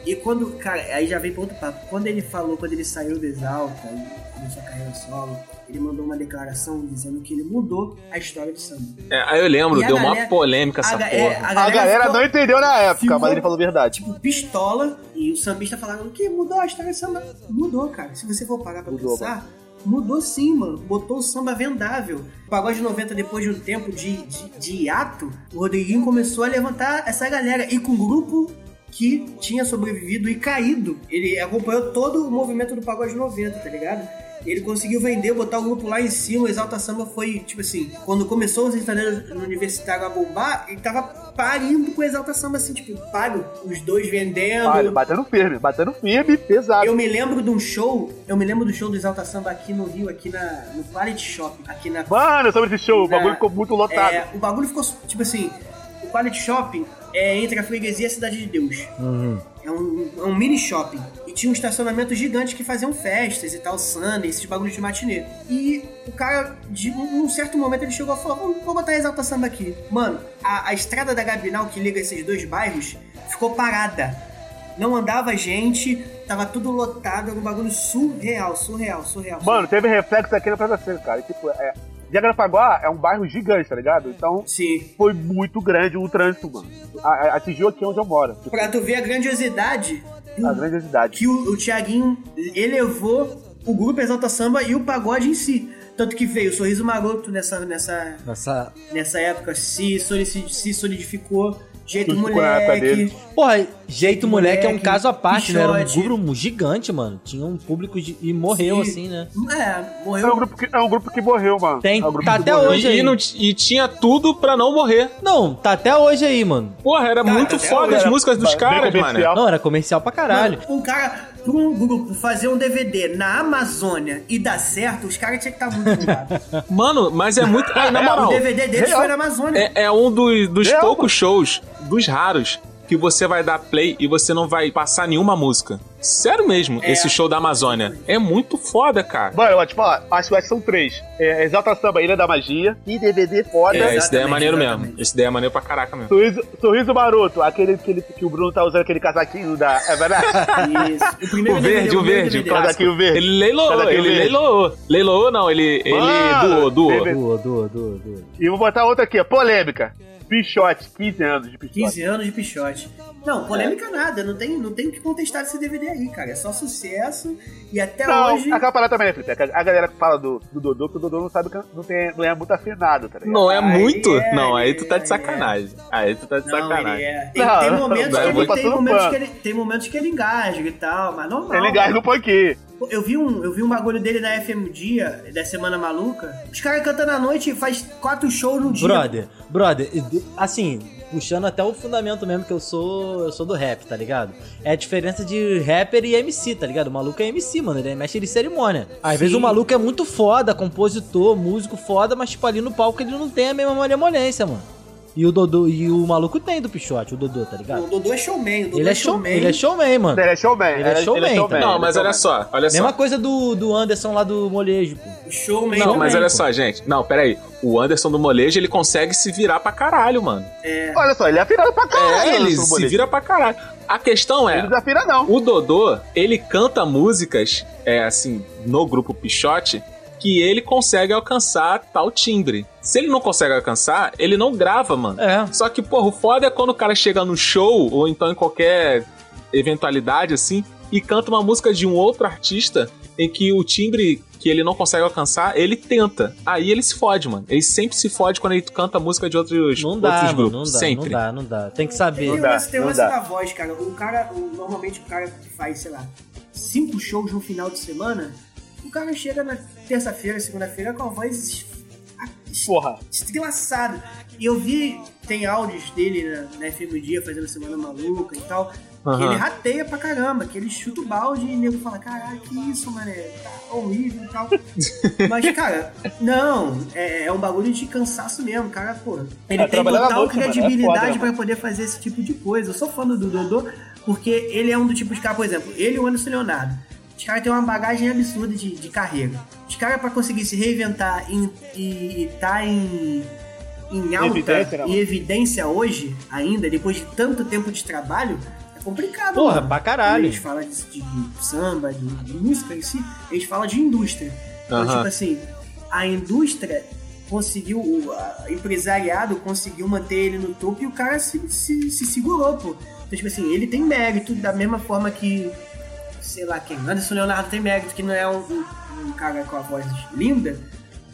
S8: E quando, cara, aí já vem pra outro papo. Quando ele falou, quando ele saiu do Exalta e começou a carreira solo, ele mandou uma declaração dizendo que ele mudou a história do samba.
S5: É, aí eu lembro,
S8: E a
S5: deu uma
S8: galera-
S5: polêmica essa
S8: ga-
S5: porra.
S8: é,
S6: A galera
S8: ficou-
S6: não entendeu na época,
S8: ficou-
S6: mas ele falou a verdade.
S8: tipo, pistola. E o sambista falaram que mudou a história do samba. Mudou, cara. Se você for parar pra
S6: Mudou,
S8: pensar, mudou sim, mano. Botou o samba vendável. O pagode 90, depois de um tempo de, de, de hiato, o Rodriguinho começou a levantar essa galera. E com um grupo que tinha sobrevivido e caído. Ele acompanhou todo o movimento do pagode 90, tá ligado? Ele conseguiu vender, botar o grupo lá em cima. O Exalta Samba foi, tipo assim, quando começou os sertanejos no universitário a bombar, ele tava parindo com o Exalta Samba, assim, tipo, paro, os dois vendendo.
S6: Olha, batendo firme, batendo firme, pesado.
S8: Eu me lembro de um show, eu me lembro do show do Exalta Samba aqui no Rio, aqui na, no Quality Shop, aqui na
S6: Mano, sobre esse show, o bagulho
S8: É.
S6: ficou muito lotado.
S8: é, o bagulho ficou tipo assim: o Quality Shopping é entre a freguesia e a Cidade de Deus. É, um, é um mini shopping. E tinha um estacionamento gigante que faziam festas e tal, Sunday, esses bagulhos de matinê. E o cara, de um um certo momento, ele chegou e falou: "Vamos- vou botar a Exalta Samba aqui. Mano, a, a estrada da Gabinal que liga esses dois bairros ficou parada. Não andava gente, tava tudo lotado, era um bagulho surreal, surreal, surreal.
S6: Mano, teve reflexo aqui na Praça Seca, cara. Tipo, é. Jacarepaguá é um bairro gigante, tá ligado? Então
S8: Sim.
S6: foi muito grande o trânsito, mano. A- a- Atingiu aqui onde eu moro. tipo,
S8: Pra tu ver a grandiosidade
S6: A grandiosidade.
S8: que o, o Thiaguinho elevou o grupo Exalta Samba e o pagode em si. Tanto que veio o Sorriso Maroto nessa, nessa,
S7: Nossa.
S8: nessa época, se, solici- se solidificou, Jeito
S6: Tudo ficou na época
S8: Moleque.
S6: dele.
S7: Porra, jeito moleque, é um
S8: Moleque,
S7: caso à parte, né? Era um
S8: Pichote.
S7: grupo gigante, mano. Tinha um público de- e morreu
S8: Sim.
S7: assim, né?
S8: É,
S6: É um,
S8: morreu.
S6: grupo que, é um grupo que morreu, mano.
S7: Tem,
S6: É um grupo
S7: tá
S6: que
S7: até
S6: morreu.
S7: hoje
S5: E,
S7: aí.
S5: e não t- e tinha tudo pra não morrer.
S7: Não, tá até hoje aí, mano.
S5: Porra, era
S8: Cara,
S5: muito
S8: até
S5: foda
S8: hoje
S5: as
S6: era
S5: músicas dos
S6: bem
S5: caras, mano. é.
S6: comercial.
S7: Não, era comercial pra caralho.
S8: Um cara, pra um grupo fazer um DVD na Amazônia e dar certo, os caras tinham que estar muito animados.
S5: Mano, mas é muito. Ah, na moral.
S8: o DVD deles
S6: real.
S8: foi na Amazônia.
S5: É, é um dos, dos
S6: Real,
S5: poucos shows, dos raros, que você vai dar play e você não vai passar nenhuma música. Sério mesmo,
S8: É.
S5: esse show da Amazônia. É muito foda, cara.
S6: Mano, eu vou te falar, acho que são três. É, Exalta Samba, Ilha da Magia. E DVD foda.
S5: É, esse daí é
S8: Exatamente,
S5: maneiro
S8: exatamente.
S5: mesmo. Esse daí é maneiro pra caraca mesmo.
S6: Sorriso, sorriso Maroto, aquele, aquele que o Bruno tá usando aquele casaquinho da. É verdade?
S8: Isso. O primeiro
S5: O verde, o
S8: primeiro
S5: verde, o
S8: DVD.
S5: cara-
S6: casaquinho verde.
S5: Ele leiloou,
S6: Cadê aquele
S5: ele
S6: verde?
S5: leiloou. Leiloou não, ele, ele
S6: Mano,
S5: doou, doou.
S6: bebê.
S7: Doa, doa, doa, doa.
S6: E vou botar outra aqui, ó, polêmica. Pichote, 15 anos de pichote.
S8: 15 anos de pichote. Não, polêmica nada, não tem, não tem o que contestar desse DVD aí, cara. É só sucesso e até
S6: Não,
S8: hoje.
S6: aquela parada também, né, Felipe? A galera que fala do, do Dodô, que o Dodô não sabe que não, tem, não é muito afinado, tá ligado?
S5: Não é
S8: Aí
S5: muito?
S8: é,
S5: Não, aí
S8: aí
S5: tu tá
S8: é.
S5: de sacanagem. Aí tu tá de
S8: Não, ele
S5: sacanagem.
S8: é. Tem,
S6: Não,
S8: tem
S6: não,
S8: momentos,
S5: não,
S8: que
S5: eu vou
S8: ele, tem,
S6: passando
S8: momentos
S6: pano.
S8: que ele, tem momentos que ele engasga e tal, mas normal.
S6: Ele engasga um pouquinho.
S8: Eu vi um, eu vi um bagulho dele na FM Dia, da Semana Maluca. Os caras cantando à noite e faz quatro shows no dia.
S7: Brother, brother, e de- assim, puxando até o fundamento mesmo que eu sou, eu sou do rap, tá ligado? É a diferença de rapper e MC, tá ligado? O maluco é MC, mano, ele é mestre de cerimônia. Às vezes o maluco é muito foda, compositor, músico foda, mas tipo ali no palco ele não tem a mesma malemolência, mano. E o Dodô, e o maluco tem do Pichote, o Dodô, tá
S8: O
S7: ligado?
S8: Dodô é showman, o Dodô
S7: Ele é, show,
S8: showman.
S7: ele é showman, mano.
S6: Ele é showman.
S7: Ele é showman, tá?
S5: Não, mas
S6: ele é showman.
S5: olha só, olha só.
S7: Mesma coisa do, do Anderson lá do molejo, pô.
S8: Showman.
S5: Não, mas
S6: é
S7: também,
S5: olha
S7: pô.
S5: só, gente. Não, peraí. O Anderson do Molejo, ele consegue se virar pra caralho, mano.
S6: Olha só, ele é afinado pra caralho.
S5: É, ele
S6: Anderson
S5: se
S6: Boleto.
S5: vira pra caralho. A questão
S6: Ele
S5: é,
S6: não desafina, não.
S5: o Dodô, ele canta músicas, é assim, no grupo Pichote, que ele consegue alcançar tal timbre. Se ele não consegue alcançar, ele não grava, mano.
S7: É.
S5: Só que, porra, o foda é quando o cara chega no show, ou então em qualquer eventualidade, assim, e canta uma música de um outro artista em que o timbre que ele não consegue alcançar, ele tenta. Aí ele se fode, mano. Ele sempre se fode quando ele canta música de outros,
S7: Não dá,
S5: outros
S7: mano,
S5: grupos.
S7: não dá,
S5: sempre.
S7: não dá, não dá. Tem que
S8: Tem
S7: saber.
S8: um
S6: dá,
S8: lance, tem um
S6: não
S8: lance
S6: dá.
S8: da voz, cara. O cara, o- normalmente o cara que faz, sei lá, cinco shows no final de semana, o cara chega na terça-feira, segunda-feira com a voz es-
S6: Porra.
S8: estilhaçada. é E eu vi, tem áudios dele na, na FM Dia fazendo Semana Maluca e tal, que
S5: Aham.
S8: ele rateia pra caramba, que ele chuta o balde e o nego fala, caralho, que isso, mané, tá horrível e
S6: (laughs)
S8: tal. Mas, cara, não, é, é um bagulho de cansaço mesmo, cara, pô. Ele
S6: Ah,
S8: tem
S6: trabalhar na
S8: total
S6: noite, mano, é
S8: credibilidade
S6: foda, mano.
S8: pra poder fazer esse tipo de coisa. Eu sou fã do Dodô, porque ele é um do tipo de cara, por exemplo, ele e o Anderson Leonardo. Os caras têm uma bagagem absurda de, de carreira. Os caras, pra conseguir se reinventar em- e estar em, em alta
S6: evidência, né,
S8: e
S6: mano?
S8: evidência hoje, ainda, depois de tanto tempo de trabalho, é complicado.
S7: Porra,
S8: mano.
S7: pra caralho.
S8: Quando a gente fala de, de samba, de, de música em si, a gente fala de indústria. Então,
S5: Aham.
S8: tipo assim, a indústria conseguiu, o a- empresariado conseguiu manter ele no topo e o cara se, se, se segurou, pô. Então, tipo assim, ele tem mérito da mesma forma que, sei lá quem, Anderson Leonardo tem mérito, que não é um, um- um cara com a voz linda,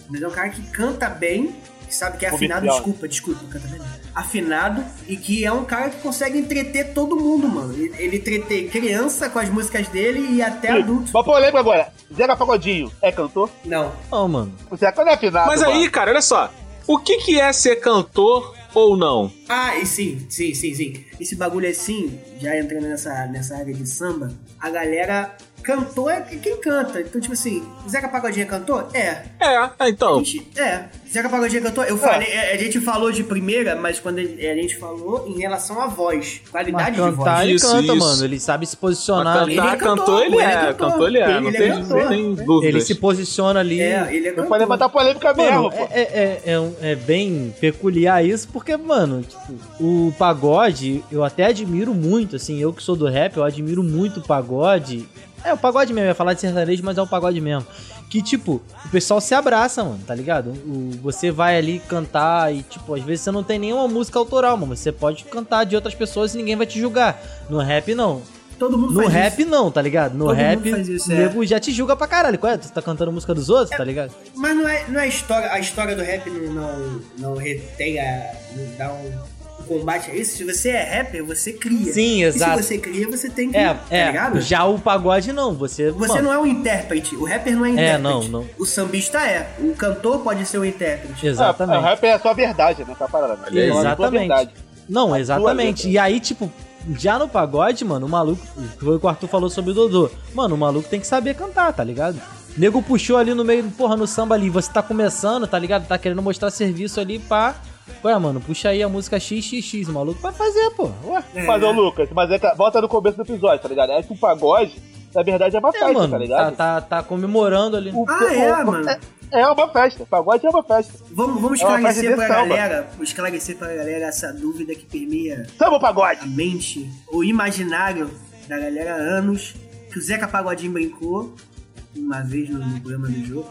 S8: mas é um cara que canta bem, que sabe que é
S6: Comercial.
S8: afinado, desculpa, desculpa, canta bem. Afinado e que é um cara que consegue entreter todo mundo, mano. Ele, ele entretei criança com as músicas dele e até adulto.
S6: É Uma polêmica agora. Zeca Pagodinho é cantor?
S8: Não,
S7: Não, mano.
S6: O Zeca não é afinado.
S5: Mas aí,
S6: mano.
S5: cara, olha só. O que, que é ser cantor ou não?
S8: Ah, e sim, sim, sim, sim. Esse bagulho é sim, já entrando nessa, nessa área de samba, a galera cantor é quem canta. Então, tipo assim, Zeca Pagodinho é cantor? É.
S5: É, ah,
S8: A
S5: então.
S8: gente- é. Zeca Pagodinho é cantor? Eu falei, a gente falou de primeira, mas quando ele- a gente falou em relação à voz,
S7: Mas
S8: qualidade de voz.
S7: cantar, ele
S5: Isso,
S7: canta,
S5: isso.
S7: mano. Ele sabe se posicionar.
S5: Mas
S8: ele é
S5: cantar,
S8: cantor,
S5: cantor ele
S8: pô,
S5: é,
S8: ele é cantor.
S5: cantor ele é, não
S8: Ele
S5: tem,
S8: é cantor,
S5: não tem
S8: né?
S5: dúvidas.
S7: Ele se posiciona ali.
S8: É, ele é
S6: Não pode
S8: cantor.
S6: levantar tá polêmica mesmo,
S7: Mano,
S6: pô.
S7: é, é- é- é um- é bem peculiar isso, porque, mano, tipo, o pagode, eu até admiro muito, assim, eu que sou do rap, eu admiro muito o pagode. É, o pagode mesmo, eu ia falar de sertanejo, mas é o pagode mesmo. Que, tipo, o pessoal se abraça, mano, tá ligado? O, você vai ali cantar e, tipo, às vezes você não tem nenhuma música autoral, mano. Você pode cantar de outras pessoas e ninguém vai te julgar. No rap, não.
S8: Todo mundo
S7: No
S8: faz
S7: rap, não, tá ligado? No
S8: Todo mundo
S7: rap,
S8: faz isso,
S7: o
S8: é.
S7: nego já te julga pra caralho. Qual é? Tu tá cantando música dos outros, tá ligado?
S8: isso. Mas não é, não é história. A história do rap não, não, não retém a. não dá um combate a isso. Se você é rapper, você cria.
S7: Sim, exato.
S8: E se você cria, você tem que.
S7: É,
S8: tá
S7: é.
S8: ligado?
S7: Já o pagode não, você.
S8: Você
S7: mano,
S8: não é um intérprete, o rapper não é intérprete.
S7: não, não.
S8: O sambista é, o cantor pode ser o intérprete.
S6: Ah, O
S7: Exatamente.
S6: rap é a sua verdade, né? Tá parada. né?
S5: Olha aí.
S6: É a sua
S7: Exatamente.
S6: verdade.
S7: Não, exatamente.
S6: letra.
S7: E aí, tipo, Já no pagode, mano, o maluco. Foi o que o Arthur falou sobre o Dodô. Mano, o maluco tem que saber cantar, tá ligado? Nego puxou ali no meio, porra, no samba ali. Você tá começando, tá ligado? Tá querendo mostrar serviço ali, pá. Ué, mano, puxa aí a música XXX, o maluco vai fazer, pô. Ué.
S6: Mas, ô Lucas, mas é que- volta no começo do episódio, tá ligado? É que o pagode, na verdade, é uma
S7: É,
S6: festa, tá
S7: mano, tá,
S6: ligado?
S7: tá, tá comemorando ali.
S6: O-
S8: Ah, é, mano.
S6: É uma festa, pagode é uma festa.
S8: Vamos, vamos
S6: É uma festa
S8: esclarecer
S6: de
S8: pra
S6: samba.
S8: galera, vamos esclarecer pra galera essa dúvida que permeia
S6: Samba o pagode!
S8: a mente, o imaginário da galera há anos, que o Zeca Pagodinho brincou uma vez no no programa do jogo,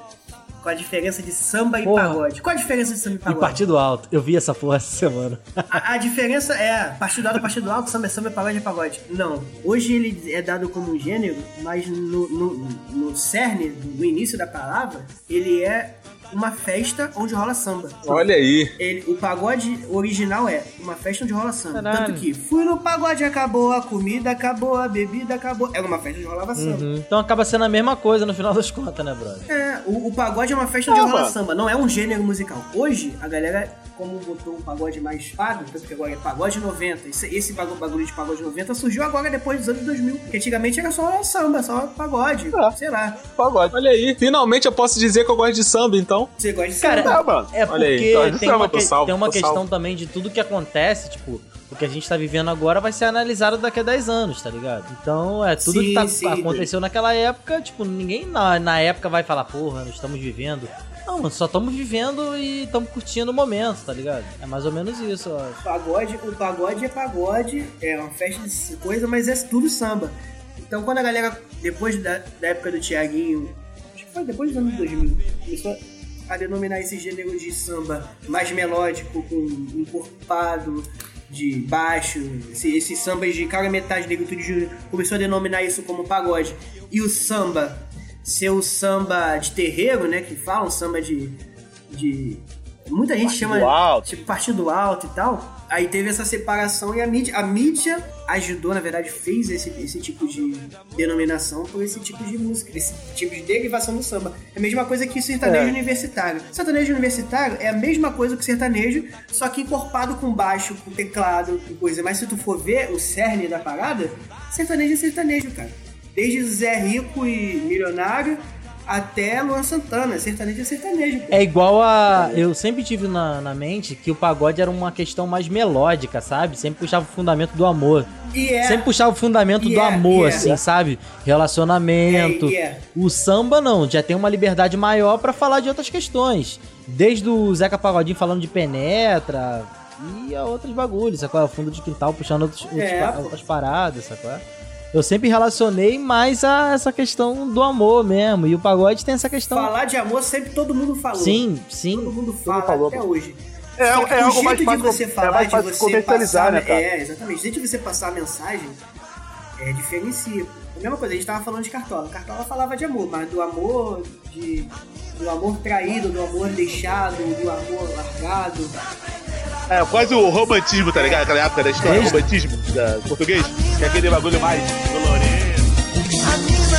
S8: com a diferença de samba e
S7: Porra.
S8: pagode. Qual a diferença de samba e
S7: E
S8: pagode?
S7: partido alto. Eu vi essa porra essa semana.
S8: A, a diferença é partido dado, partido alto, samba é samba, pagode é pagode. Não. Hoje ele é dado como um gênero, mas no, no, no cerne, no início da palavra, ele é uma festa onde rola samba.
S5: Olha aí.
S8: Ele- o pagode original é uma festa onde rola samba.
S7: Caralho.
S8: Tanto que fui no pagode, acabou a comida, acabou a bebida, acabou. Era uma festa onde rolava samba.
S7: (laughs) Então acaba sendo a mesma coisa no final das contas, né, brother?
S8: É, o, o pagode é uma festa onde
S6: Não,
S8: rola
S6: mano.
S8: samba, não é um gênero musical. Hoje, a galera, como botou um pagode mais pago, tanto que agora é pagode 90, esse, esse bagu- bagulho de pagode 90 surgiu agora depois dos anos 2000. Porque antigamente era só samba, só pagode,
S6: Ah.
S8: sei lá.
S6: Pagode.
S5: Olha aí. Finalmente eu posso dizer que eu gosto de samba, então.
S8: Você gosta de
S7: Cara,
S8: samba?
S6: Tá, mano.
S7: É
S5: Olha aí,
S7: porque
S5: então, isso
S7: tem,
S5: é
S7: uma
S5: uma- tô
S7: que-
S5: salvo,
S7: tem uma
S5: tô
S7: questão
S5: salvo.
S7: também de tudo que acontece, tipo, o que a gente tá vivendo agora vai ser analisado daqui a 10 anos, tá ligado? Então, é tudo que
S8: Sim,
S7: tá-
S8: sim.
S7: aconteceu naquela época, tipo, ninguém na, na época vai falar, porra, nós estamos vivendo. Não, mano, só estamos vivendo e estamos curtindo o momento, tá ligado? É mais ou menos isso, ó.
S8: Pagode, o pagode é pagode, é uma festa de coisa, mas é tudo samba. Então quando a galera, depois da, da época do Tiaguinho, acho que foi depois dos anos 2000, começou a denominar esse gênero de samba mais melódico, com encorpado, de baixo, esse- esses sambas de cara metade negritude júnior, começou a denominar isso como pagode. E o samba, ser o samba de terreiro, né, que falam samba de... de muita gente chama
S6: Uau!
S8: tipo partido alto e tal. Aí teve essa separação e a mídia, a mídia ajudou, na verdade, fez esse, esse tipo de denominação por esse tipo de música, esse tipo de derivação do samba. É a mesma coisa que sertanejo universitário. Sertanejo universitário é a mesma coisa que sertanejo, só que encorpado com baixo, com teclado, com coisa. Mas se tu for ver o cerne da parada, sertanejo é sertanejo, cara. Desde Zé Rico e Milionário até Luan Santana. Sertanejo é sertanejo, pô.
S7: É igual a. Eu sempre tive na, na mente que o pagode era uma questão mais melódica, sabe? Sempre puxava o fundamento do amor.
S8: E é.
S7: Sempre puxava o fundamento
S8: Yeah,
S7: do amor,
S8: yeah.
S7: assim, sabe? Relacionamento.
S8: É, yeah.
S7: O samba não, já tem uma liberdade maior pra falar de outras questões. Desde o Zeca Pagodinho falando de penetra e a outros bagulhos, sacou? O fundo de quintal puxando outros, outros
S8: É,
S7: pa-
S8: pô.
S7: outras paradas, sacou? Eu sempre relacionei mais a essa questão do amor mesmo. E o pagode tem essa questão.
S8: Falar de amor sempre todo mundo falou.
S7: Então, Sim,
S8: Todo
S7: sim.
S8: mundo fala
S6: falou,
S8: até
S6: pô.
S8: hoje.
S6: É,
S8: Só que
S6: é
S8: o
S6: algo
S8: jeito
S6: mais
S8: de
S6: fácil-
S8: você
S6: é
S8: falar,
S6: mais
S8: de
S6: fácil
S8: você
S6: comercializar,
S8: passar,
S6: né, cara?
S8: É, exatamente. O jeito de você passar a mensagem é, diferencia. A mesma coisa, a gente tava falando de Cartola. Cartola falava de amor, mas do amor de... Do amor traído, do amor deixado, do amor largado.
S6: É quase o romantismo, tá ligado? Aquela época da história,
S7: Desde-
S6: romantismo da, do português, que é aquele bagulho mais dolorido.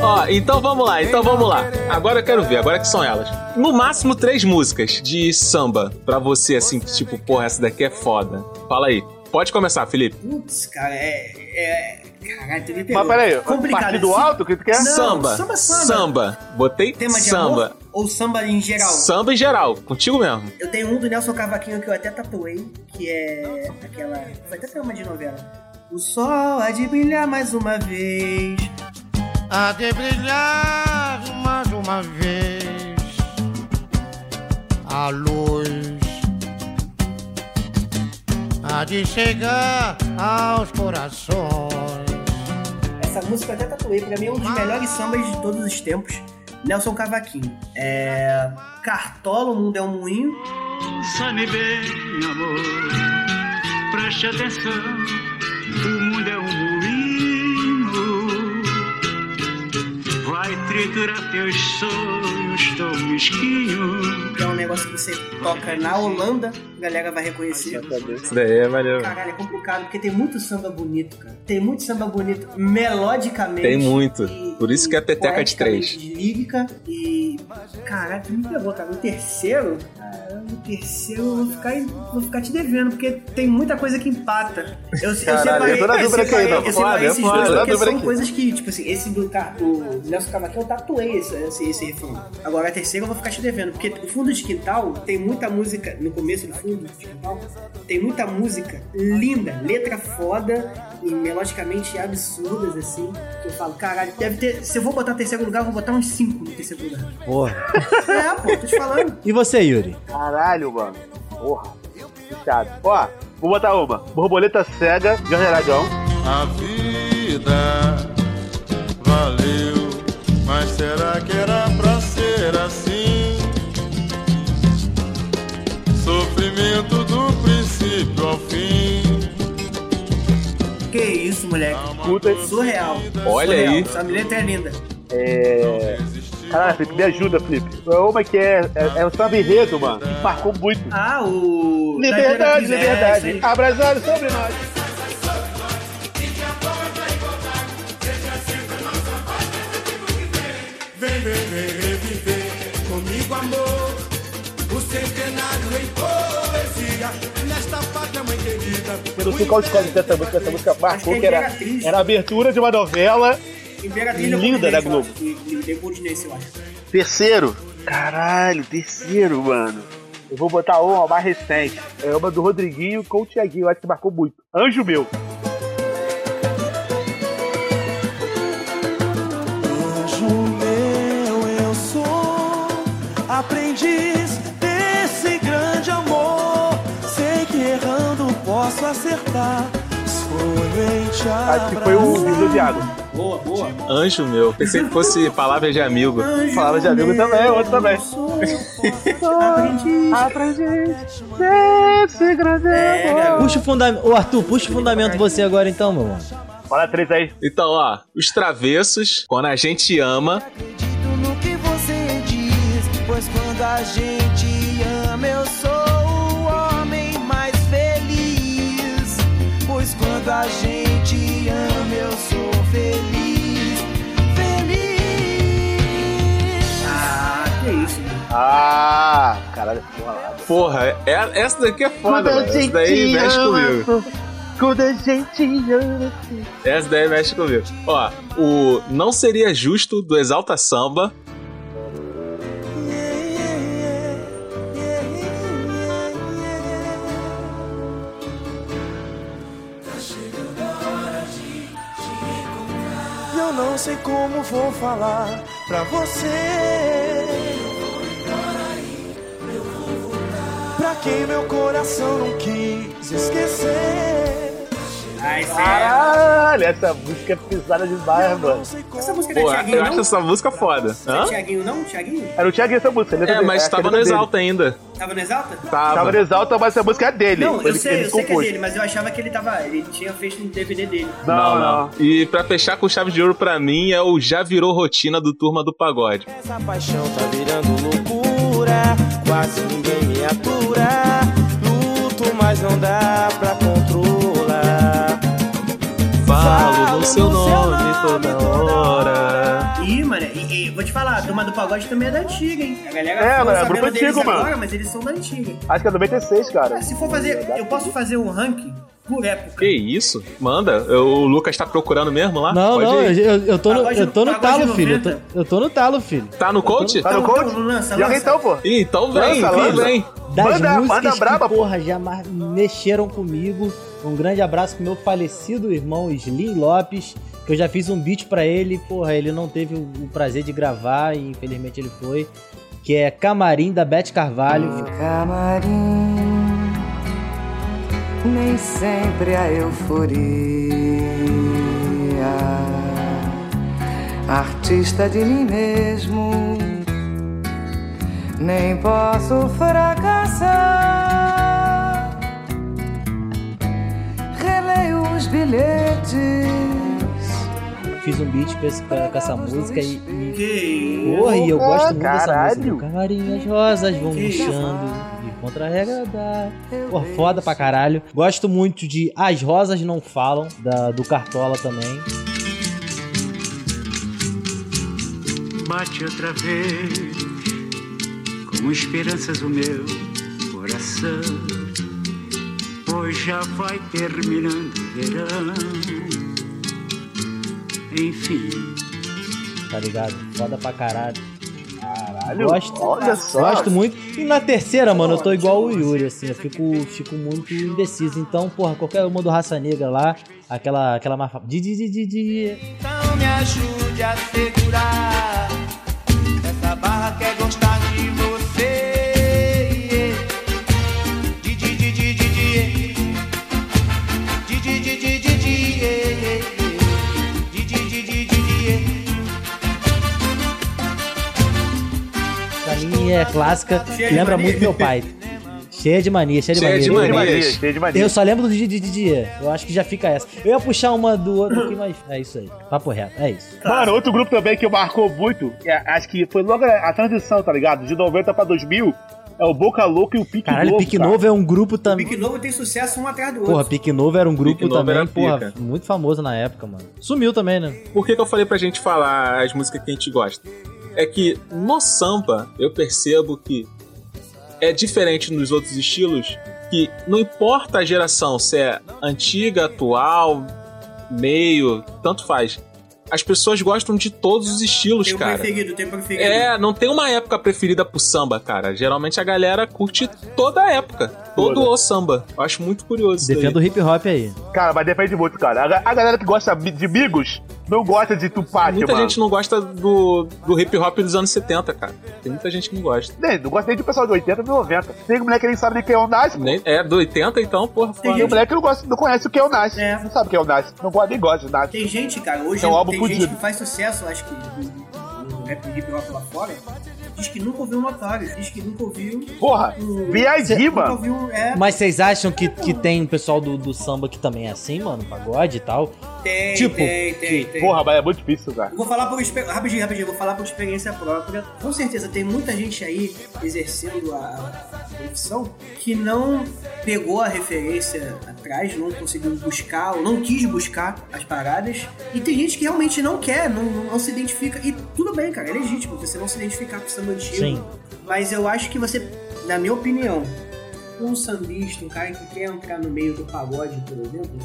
S5: Ó, então vamos lá, então vamos lá. Agora eu quero ver, agora que são elas. No máximo três músicas de samba pra você, assim, que tipo, porra, essa daqui é foda. Fala aí. Pode começar, Felipe.
S8: Putz, cara, é... é... Caralho, tu me pegou.
S6: Mas peraí,
S8: Complicado.
S6: partido
S8: Esse
S6: alto, o que tu quer?
S8: Não,
S5: samba,
S8: samba,
S5: samba,
S8: samba.
S5: Botei
S8: Tema de
S5: samba.
S8: amor ou samba em geral?
S5: Samba em geral, contigo mesmo.
S8: Eu tenho um do Nelson Cavaquinho que eu até tatuei, que é aquela. Foi até filme de novela. O sol há de brilhar mais uma vez.
S9: A de brilhar mais uma vez a luz, a de chegar aos corações.
S8: Essa música eu até tatuei, pra mim é um dos melhores sambas de todos os tempos. Nelson Cavaquinho. É. Cartola, o mundo é um moinho.
S11: Sane bem, amor, preste atenção. O mundo é um moinho, vai triturar teus sonhos tão mesquinhos.
S8: É um negócio que você toca na Holanda, a galera vai reconhecer.
S5: Isso daí é maneiro.
S8: Caralho, é complicado, porque tem muito samba bonito, cara. Tem muito samba bonito melodicamente.
S5: Tem muito.
S8: e-
S5: Por isso que é
S8: e
S5: peteca de três.
S8: poeticamente Lírica e. Caralho, tu me pegou, cara. O terceiro. Caralho, o terceiro eu vou ficar, vou ficar te devendo, porque tem muita coisa que empata. Eu, eu
S6: Caralho,
S8: separei,
S6: eu tô na
S8: eu
S6: dúvida aqui então.
S8: separei,
S6: ainda,
S8: eu separei
S6: foda,
S8: esses
S6: foda,
S8: dois,
S6: eu tô na
S8: porque
S6: dúvida
S8: são
S6: aqui.
S8: coisas que, tipo assim, esse do, ca- do Nelson Cavaquinho eu tatuei esse, esse, esse refrão. Agora a terceira eu vou ficar te devendo, porque o fundo de quintal tem muita música, no começo do fundo de quintal, tem muita música linda, letra foda e melodicamente absurdas, assim, que eu falo, caralho, deve ter, se eu vou botar terceiro lugar, eu vou botar uns cinco no terceiro lugar.
S7: Porra.
S8: é, pô, tô te falando.
S7: E você, Yuri?
S6: Caralho, mano. Porra. Fechado. Ó, vou botar uma. Borboleta cega, Jorge Aragão.
S12: A vida valeu, mas será que era pra ser assim? Sofrimento do princípio ao fim.
S8: Que isso, moleque.
S6: Puta.
S8: Surreal.
S5: Olha
S8: Surreal.
S5: aí.
S8: Essa letra é linda.
S6: É. Caralho, Felipe, me ajuda, Felipe. É uma que é. É, é um samba enredo, mano. Que marcou muito.
S8: Ah, o...
S6: Liberdade,
S8: É, isso
S6: liberdade.
S8: aí.
S6: Abra as olhos sobre nós.
S9: Vem, vem, vem reviver comigo, amor. O centenário em poesia, nesta pátria, mãe querida.
S6: Eu não sei qual escola dessa música. Essa música marcou
S8: que
S6: que
S8: é
S6: era,
S8: Imperatriz.
S6: era a abertura de uma novela.
S8: Imperatriz é
S6: Linda
S8: codinense,
S6: da
S8: eu
S6: Globo.
S8: acho. E- e- tem codinense, eu acho.
S6: Terceiro. Caralho, terceiro, mano. Eu vou botar uma mais recente. É uma do Rodriguinho com o Tiaguinho. Eu acho que marcou muito. Anjo meu.
S9: Anjo meu, eu sou aprendiz desse grande amor. Sei que errando posso acertar. Sonho em te
S6: Acho que foi o
S9: abraçar.
S6: Visão de Água.
S8: Boa, boa.
S5: Anjo meu. Pensei que (laughs) fosse palavras de amigo.
S6: Falava de amigo também, é outro também.
S8: Aprendi.
S6: Aprendi. Esse grande amor.
S7: Puxa o fundamento. Ô, Arthur, puxa o fundamento você agora então, meu mano.
S6: Fala três aí.
S5: Então, ó, os travessos, quando a gente ama,
S13: acredito no que você diz, pois quando a gente ama eu sou o homem mais feliz. Pois quando a gente ama eu sou feliz, feliz.
S8: Ah, que isso, mano.
S6: Ah, caralho, porra.
S5: porra, é- essa daqui é foda, mano. Essa daí mexe comigo.
S6: Quando a gente ama.
S5: Essa daí mexe comigo. Ó, o Não Seria Justo do Exalta Samba.
S9: E eu não sei como vou falar pra você. Pra quem meu coração não quis esquecer.
S8: Ah, esse é...
S6: Caralho, essa música é pesada demais, mano.
S8: Essa música da
S5: Pô, eu
S8: Thiaguinho,
S5: acho
S8: não?
S5: essa música foda.
S8: É
S5: Hã?
S8: Thiaguinho, não? Thiaguinho?
S6: Era o Thiago essa música, ele
S5: É, mas tava no
S6: exalto.
S5: Exalta ainda.
S8: Tava no Exalta?
S6: Tava no exalto, mas essa música é dele.
S8: Não, eu
S6: ele,
S8: sei,
S6: ele
S8: eu sei que é
S6: compôs.
S8: dele, mas eu achava que ele tava... Ele tinha feito um DVD dele.
S6: Não, não.
S5: E pra fechar com chave de ouro pra mim é o Já Virou Rotina do Turma do Pagode.
S13: Essa paixão tá virando loucura, quase ninguém me atura. Luto, mas não dá pra controlar.
S5: Falo no seu nome toda hora.
S8: Ih, mano, e, e vou te falar, a turma do pagode também é da antiga, hein? A galera
S6: É,
S8: ficou
S6: mano, é
S8: sabendo
S6: grupo
S8: deles
S6: antigo, mano.
S8: agora, mas eles são da antiga.
S6: Acho que é 96, cara.
S8: Ah, se for fazer, eu posso fazer um ranking por época.
S5: Que isso? Manda. Eu- O Lucas tá procurando mesmo lá?
S7: Não,
S5: Pode
S7: não,
S5: ir.
S7: eu, eu tô no,
S8: Pagode-
S7: eu tô no
S8: pagode
S7: talo, filho. Eu tô,
S8: 90.
S7: eu tô no talo, filho.
S5: Tá no coach?
S6: Tá no
S8: Então,
S6: coach?
S8: então, lança,
S6: Joga
S8: lança.
S6: então, pô.
S5: Ih, Então vem,
S6: Lança,
S5: filho,
S6: lança.
S5: vem.
S7: Das
S6: Manda-
S7: músicas
S6: manda
S7: que,
S6: braba, pô.
S7: porra, já mar- mexeram comigo. Um grande abraço pro meu falecido irmão Slim Lopes, que eu já fiz um beat pra ele. Porra, ele não teve o, o prazer de gravar e infelizmente ele foi. Que é Camarim, da Beth Carvalho.
S14: Camarim, nem sempre a euforia. Artista de mim mesmo, nem posso fracassar. Releio os bilhetes
S7: fiz um beat pra esse- pra- com essa música e. e-
S8: Que
S7: Porra, e eu
S8: isso,
S7: gosto muito dessa
S8: caralho.
S7: música. Camarinhas rosas vão
S8: Que isso.
S7: murchando de contra-regradar. Pô, foda pra caralho. Gosto muito de As Rosas Não Falam, da- do Cartola também.
S11: Bate outra vez, com esperanças o meu coração. Pois já vai terminando o verão. Enfim.
S7: Tá ligado? Foda pra caralho.
S11: Caralho,
S7: gosto,
S11: olha só.
S7: gosto muito. E na terceira, mano, eu tô igual o Yuri, assim, eu fico, fico muito indeciso. Então, porra, qualquer uma do Raça Negra lá, aquela, aquela mais fa- di, di, di, di, di.
S13: Então me ajude a segurar essa barra que é gostar de você. Di, di, di, di, di, di. Di, di, di, di, di, di. Di, di, di, di, di, di.
S7: Pra mim é clássica,
S13: Cheia de
S7: lembra
S13: mania.
S7: muito meu pai. Cheia de mania, cheia de
S13: Cheia
S7: mania.
S13: de manias, cheia de manias.
S7: Eu só lembro do di, di, di, di. Eu acho que já fica essa. Eu ia puxar uma do outro aqui, mas é isso aí. Papo reto, é isso.
S6: Mano, outro grupo também que marcou muito, é, acho que foi logo a a transição, tá ligado? De 90 pra 2000, é o Boca Louca e o Pique
S7: Caralho,
S6: Novo.
S7: Pique
S6: cara.
S7: Novo é um grupo também.
S8: Pique Novo tem sucesso um atrás do outro.
S7: Porra, Pique Novo era um grupo
S5: Pique Novo
S7: também,
S5: era
S7: porra,
S5: pica.
S7: muito famoso na época, mano. Sumiu também, né?
S5: Por que, que eu falei pra gente falar as músicas que a gente gosta? É que no samba eu percebo que é diferente nos outros estilos que não importa a geração, se é antiga, atual, meio, tanto faz. As pessoas gostam de todos os estilos,
S8: tem um
S5: cara.
S8: preferido, tem um preferido.
S5: É, não tem uma época preferida pro samba, cara. Geralmente a galera curte toda a época. Todo o samba. Eu acho muito curioso. isso
S7: Defendo o
S5: daí.
S7: hip hop aí.
S5: é-
S6: Cara, mas depende muito, cara. A, ga- a galera que gosta de Bigos não gosta de Tupac,
S7: Ah,
S5: Muita
S6: mano.
S5: gente não gosta do, do hip hop dos anos 70, cara. Tem muita gente que não gosta.
S6: Nem, não gosta nem de pessoal de 80 e 90. Tem moleque que nem sabe de quem é o Nas, pô.
S5: Nem- é, do 80, então, porra,
S6: Tem
S5: foda.
S6: gente... moleque que não, gosta, não conhece o que é o Nas. Não sabe o que é o Nas. Não gosta nem gosta de Nas.
S8: Tem gente, cara, hoje
S6: É um álbum
S8: tem
S6: fudido.
S8: gente que faz sucesso, acho que no rap hip hop lá fora, diz que nunca ouviu um otário, diz que nunca ouviu.
S6: Porra,
S8: um,
S6: viadinho,
S8: nunca
S6: mano.
S8: ouviu um- é,
S7: Mas vocês acham que, que tem pessoal do, do samba que também é assim, mano? Pagode e tal?
S8: tem,
S7: tipo,
S8: tem, tem, tem.
S6: Porra, mas é muito difícil, cara.
S8: Eu Vou falar por exper- rapidinho, rapidinho, vou falar por experiência própria. Com certeza tem muita gente aí exercendo a a profissão que não pegou a referência atrás, não conseguiu buscar ou não quis buscar as paradas. E tem gente que realmente não quer, não, não- não se identifica. E tudo bem, cara, é legítimo você não se identificar com o samba antigo.
S7: Sim.
S8: Mas eu acho que você, na minha opinião, um sambista, um cara que quer entrar no meio do pagode, por exemplo,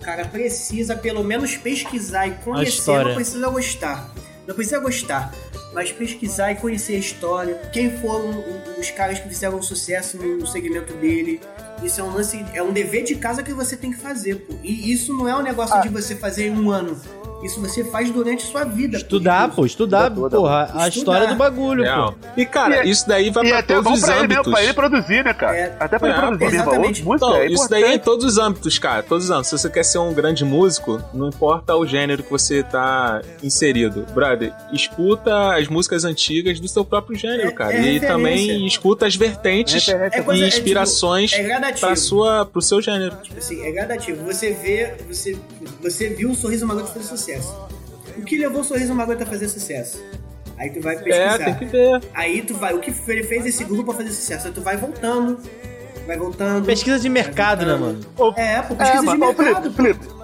S8: o cara precisa pelo menos pesquisar e conhecer,
S7: história.
S8: não precisa gostar. Não precisa gostar, mas pesquisar e conhecer a história, quem um, foram o- os caras que fizeram sucesso no segmento dele. Isso é um lance, é um dever de casa que você tem que fazer, pô. E isso não é um negócio de você fazer em um ano. Isso você faz durante a sua vida.
S7: Estudar, pô, estudar, porra, a história do bagulho,
S5: Real.
S7: pô.
S5: E, cara,
S7: E- é-
S5: isso daí vai
S7: e
S5: pra
S7: até
S5: todos
S7: bom
S5: os
S7: pra ele
S5: âmbitos. É,
S7: mesmo, pra ele
S6: produzir, né, cara? Até pra ele produzir, né,
S5: exatamente.
S6: mano? Música
S5: Então,
S6: é
S5: isso daí é em todos os âmbitos, cara. Todos os âmbitos. Se você quer ser um grande músico, não importa o gênero que você tá inserido. Brother, escuta as músicas antigas do seu próprio gênero, cara.
S8: é
S5: e
S8: referência.
S5: também escuta as vertentes
S8: É coisa-
S5: e
S8: é,
S5: inspirações
S8: tipo, é gradativo.
S5: pra sua, pro seu gênero.
S8: Tipo assim, é gradativo. Você vê, você, você viu o Sorriso Maroto fazer sucesso. O que levou o Sorriso Maroto a fazer sucesso? Aí tu vai pesquisar.
S5: É, tem que ver.
S8: Aí tu vai, o que ele fez esse grupo pra fazer sucesso? Aí tu vai voltando, vai voltando.
S7: Pesquisa de mercado, né, mano?
S8: É, pô,
S6: É,
S8: pesquisa de
S6: mano, ô,
S8: mercado.
S6: Felipe, Felipe,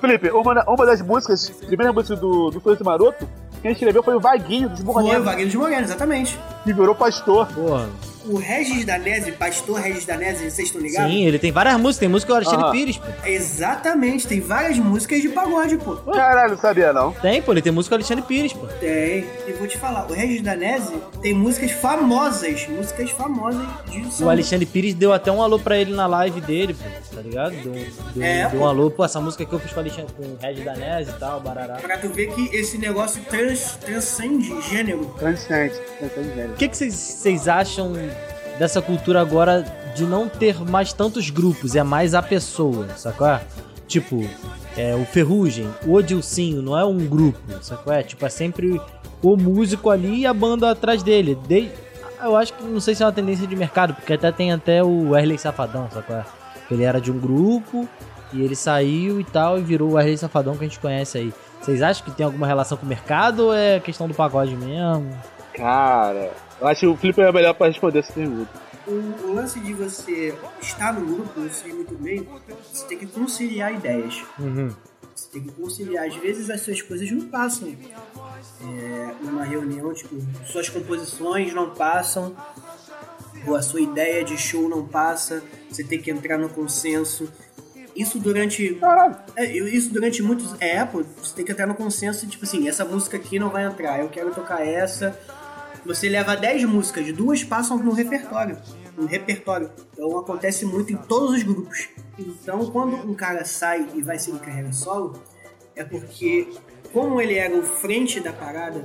S6: Felipe, uma, da- uma das músicas, primeira música do, do Sorriso Maroto, quem escreveu foi o Vaguinho dos Morrenos.
S8: Foi o Vaguinho dos Morrenos, exatamente.
S6: Que virou pastor.
S7: Porra.
S8: O Regis Danese, pastor Regis Danese, vocês estão ligados?
S7: Sim, ele tem várias músicas, tem música do Alexandre
S8: Aham.
S7: Pires, pô.
S8: Exatamente, tem várias músicas de pagode, pô.
S6: Caralho, sabia não.
S7: Tem, pô, ele tem música do Alexandre Pires, pô.
S8: Tem. E vou te falar, o Regis Danese tem músicas famosas, músicas famosas de
S7: O
S8: samba.
S7: Alexandre Pires deu até um alô pra ele na live dele, pô, tá ligado? Deu, deu-
S8: É,
S7: deu
S8: pô.
S7: um alô, pô, essa música que eu fiz com o Alexandre, com o Regis Danese e tal, barará.
S8: Pra tu ver que esse negócio trans, transcende gênero.
S6: Transcende, transcende gênero.
S7: O que que vocês- vocês acham dessa cultura agora de não ter mais tantos grupos, é mais a pessoa, sacou? Tipo, é, o Ferrugem, o Odilcinho, não é um grupo, sacou? É, tipo, é sempre o músico ali e a banda atrás dele. De- Eu acho que não sei se é uma tendência de mercado, porque até tem até o Wesley Safadão, sacou? Que Ele era de um grupo, E ele saiu e tal e virou o Wesley Safadão que a gente conhece aí. Vocês acham que tem alguma relação com o mercado ou é questão do pagode mesmo?
S6: Cara, eu acho que o Felipe é melhor pra responder essa pergunta.
S8: O, o lance de você estar no grupo, eu sei muito bem, você tem que conciliar ideias.
S7: Uhum.
S8: Você tem que conciliar. Às vezes as suas coisas não passam. É, numa reunião, tipo, suas composições não passam, ou a sua ideia de show não passa, você tem que entrar no consenso. Isso durante. É, isso durante muitos. É, pô, você tem que entrar no consenso, tipo assim, essa música aqui não vai entrar, eu quero tocar essa. Você leva 10 músicas, duas passam no repertório. No repertório. Então acontece muito em todos os grupos. Então quando um cara sai e vai seguir carreira solo, é porque como ele era o frente da parada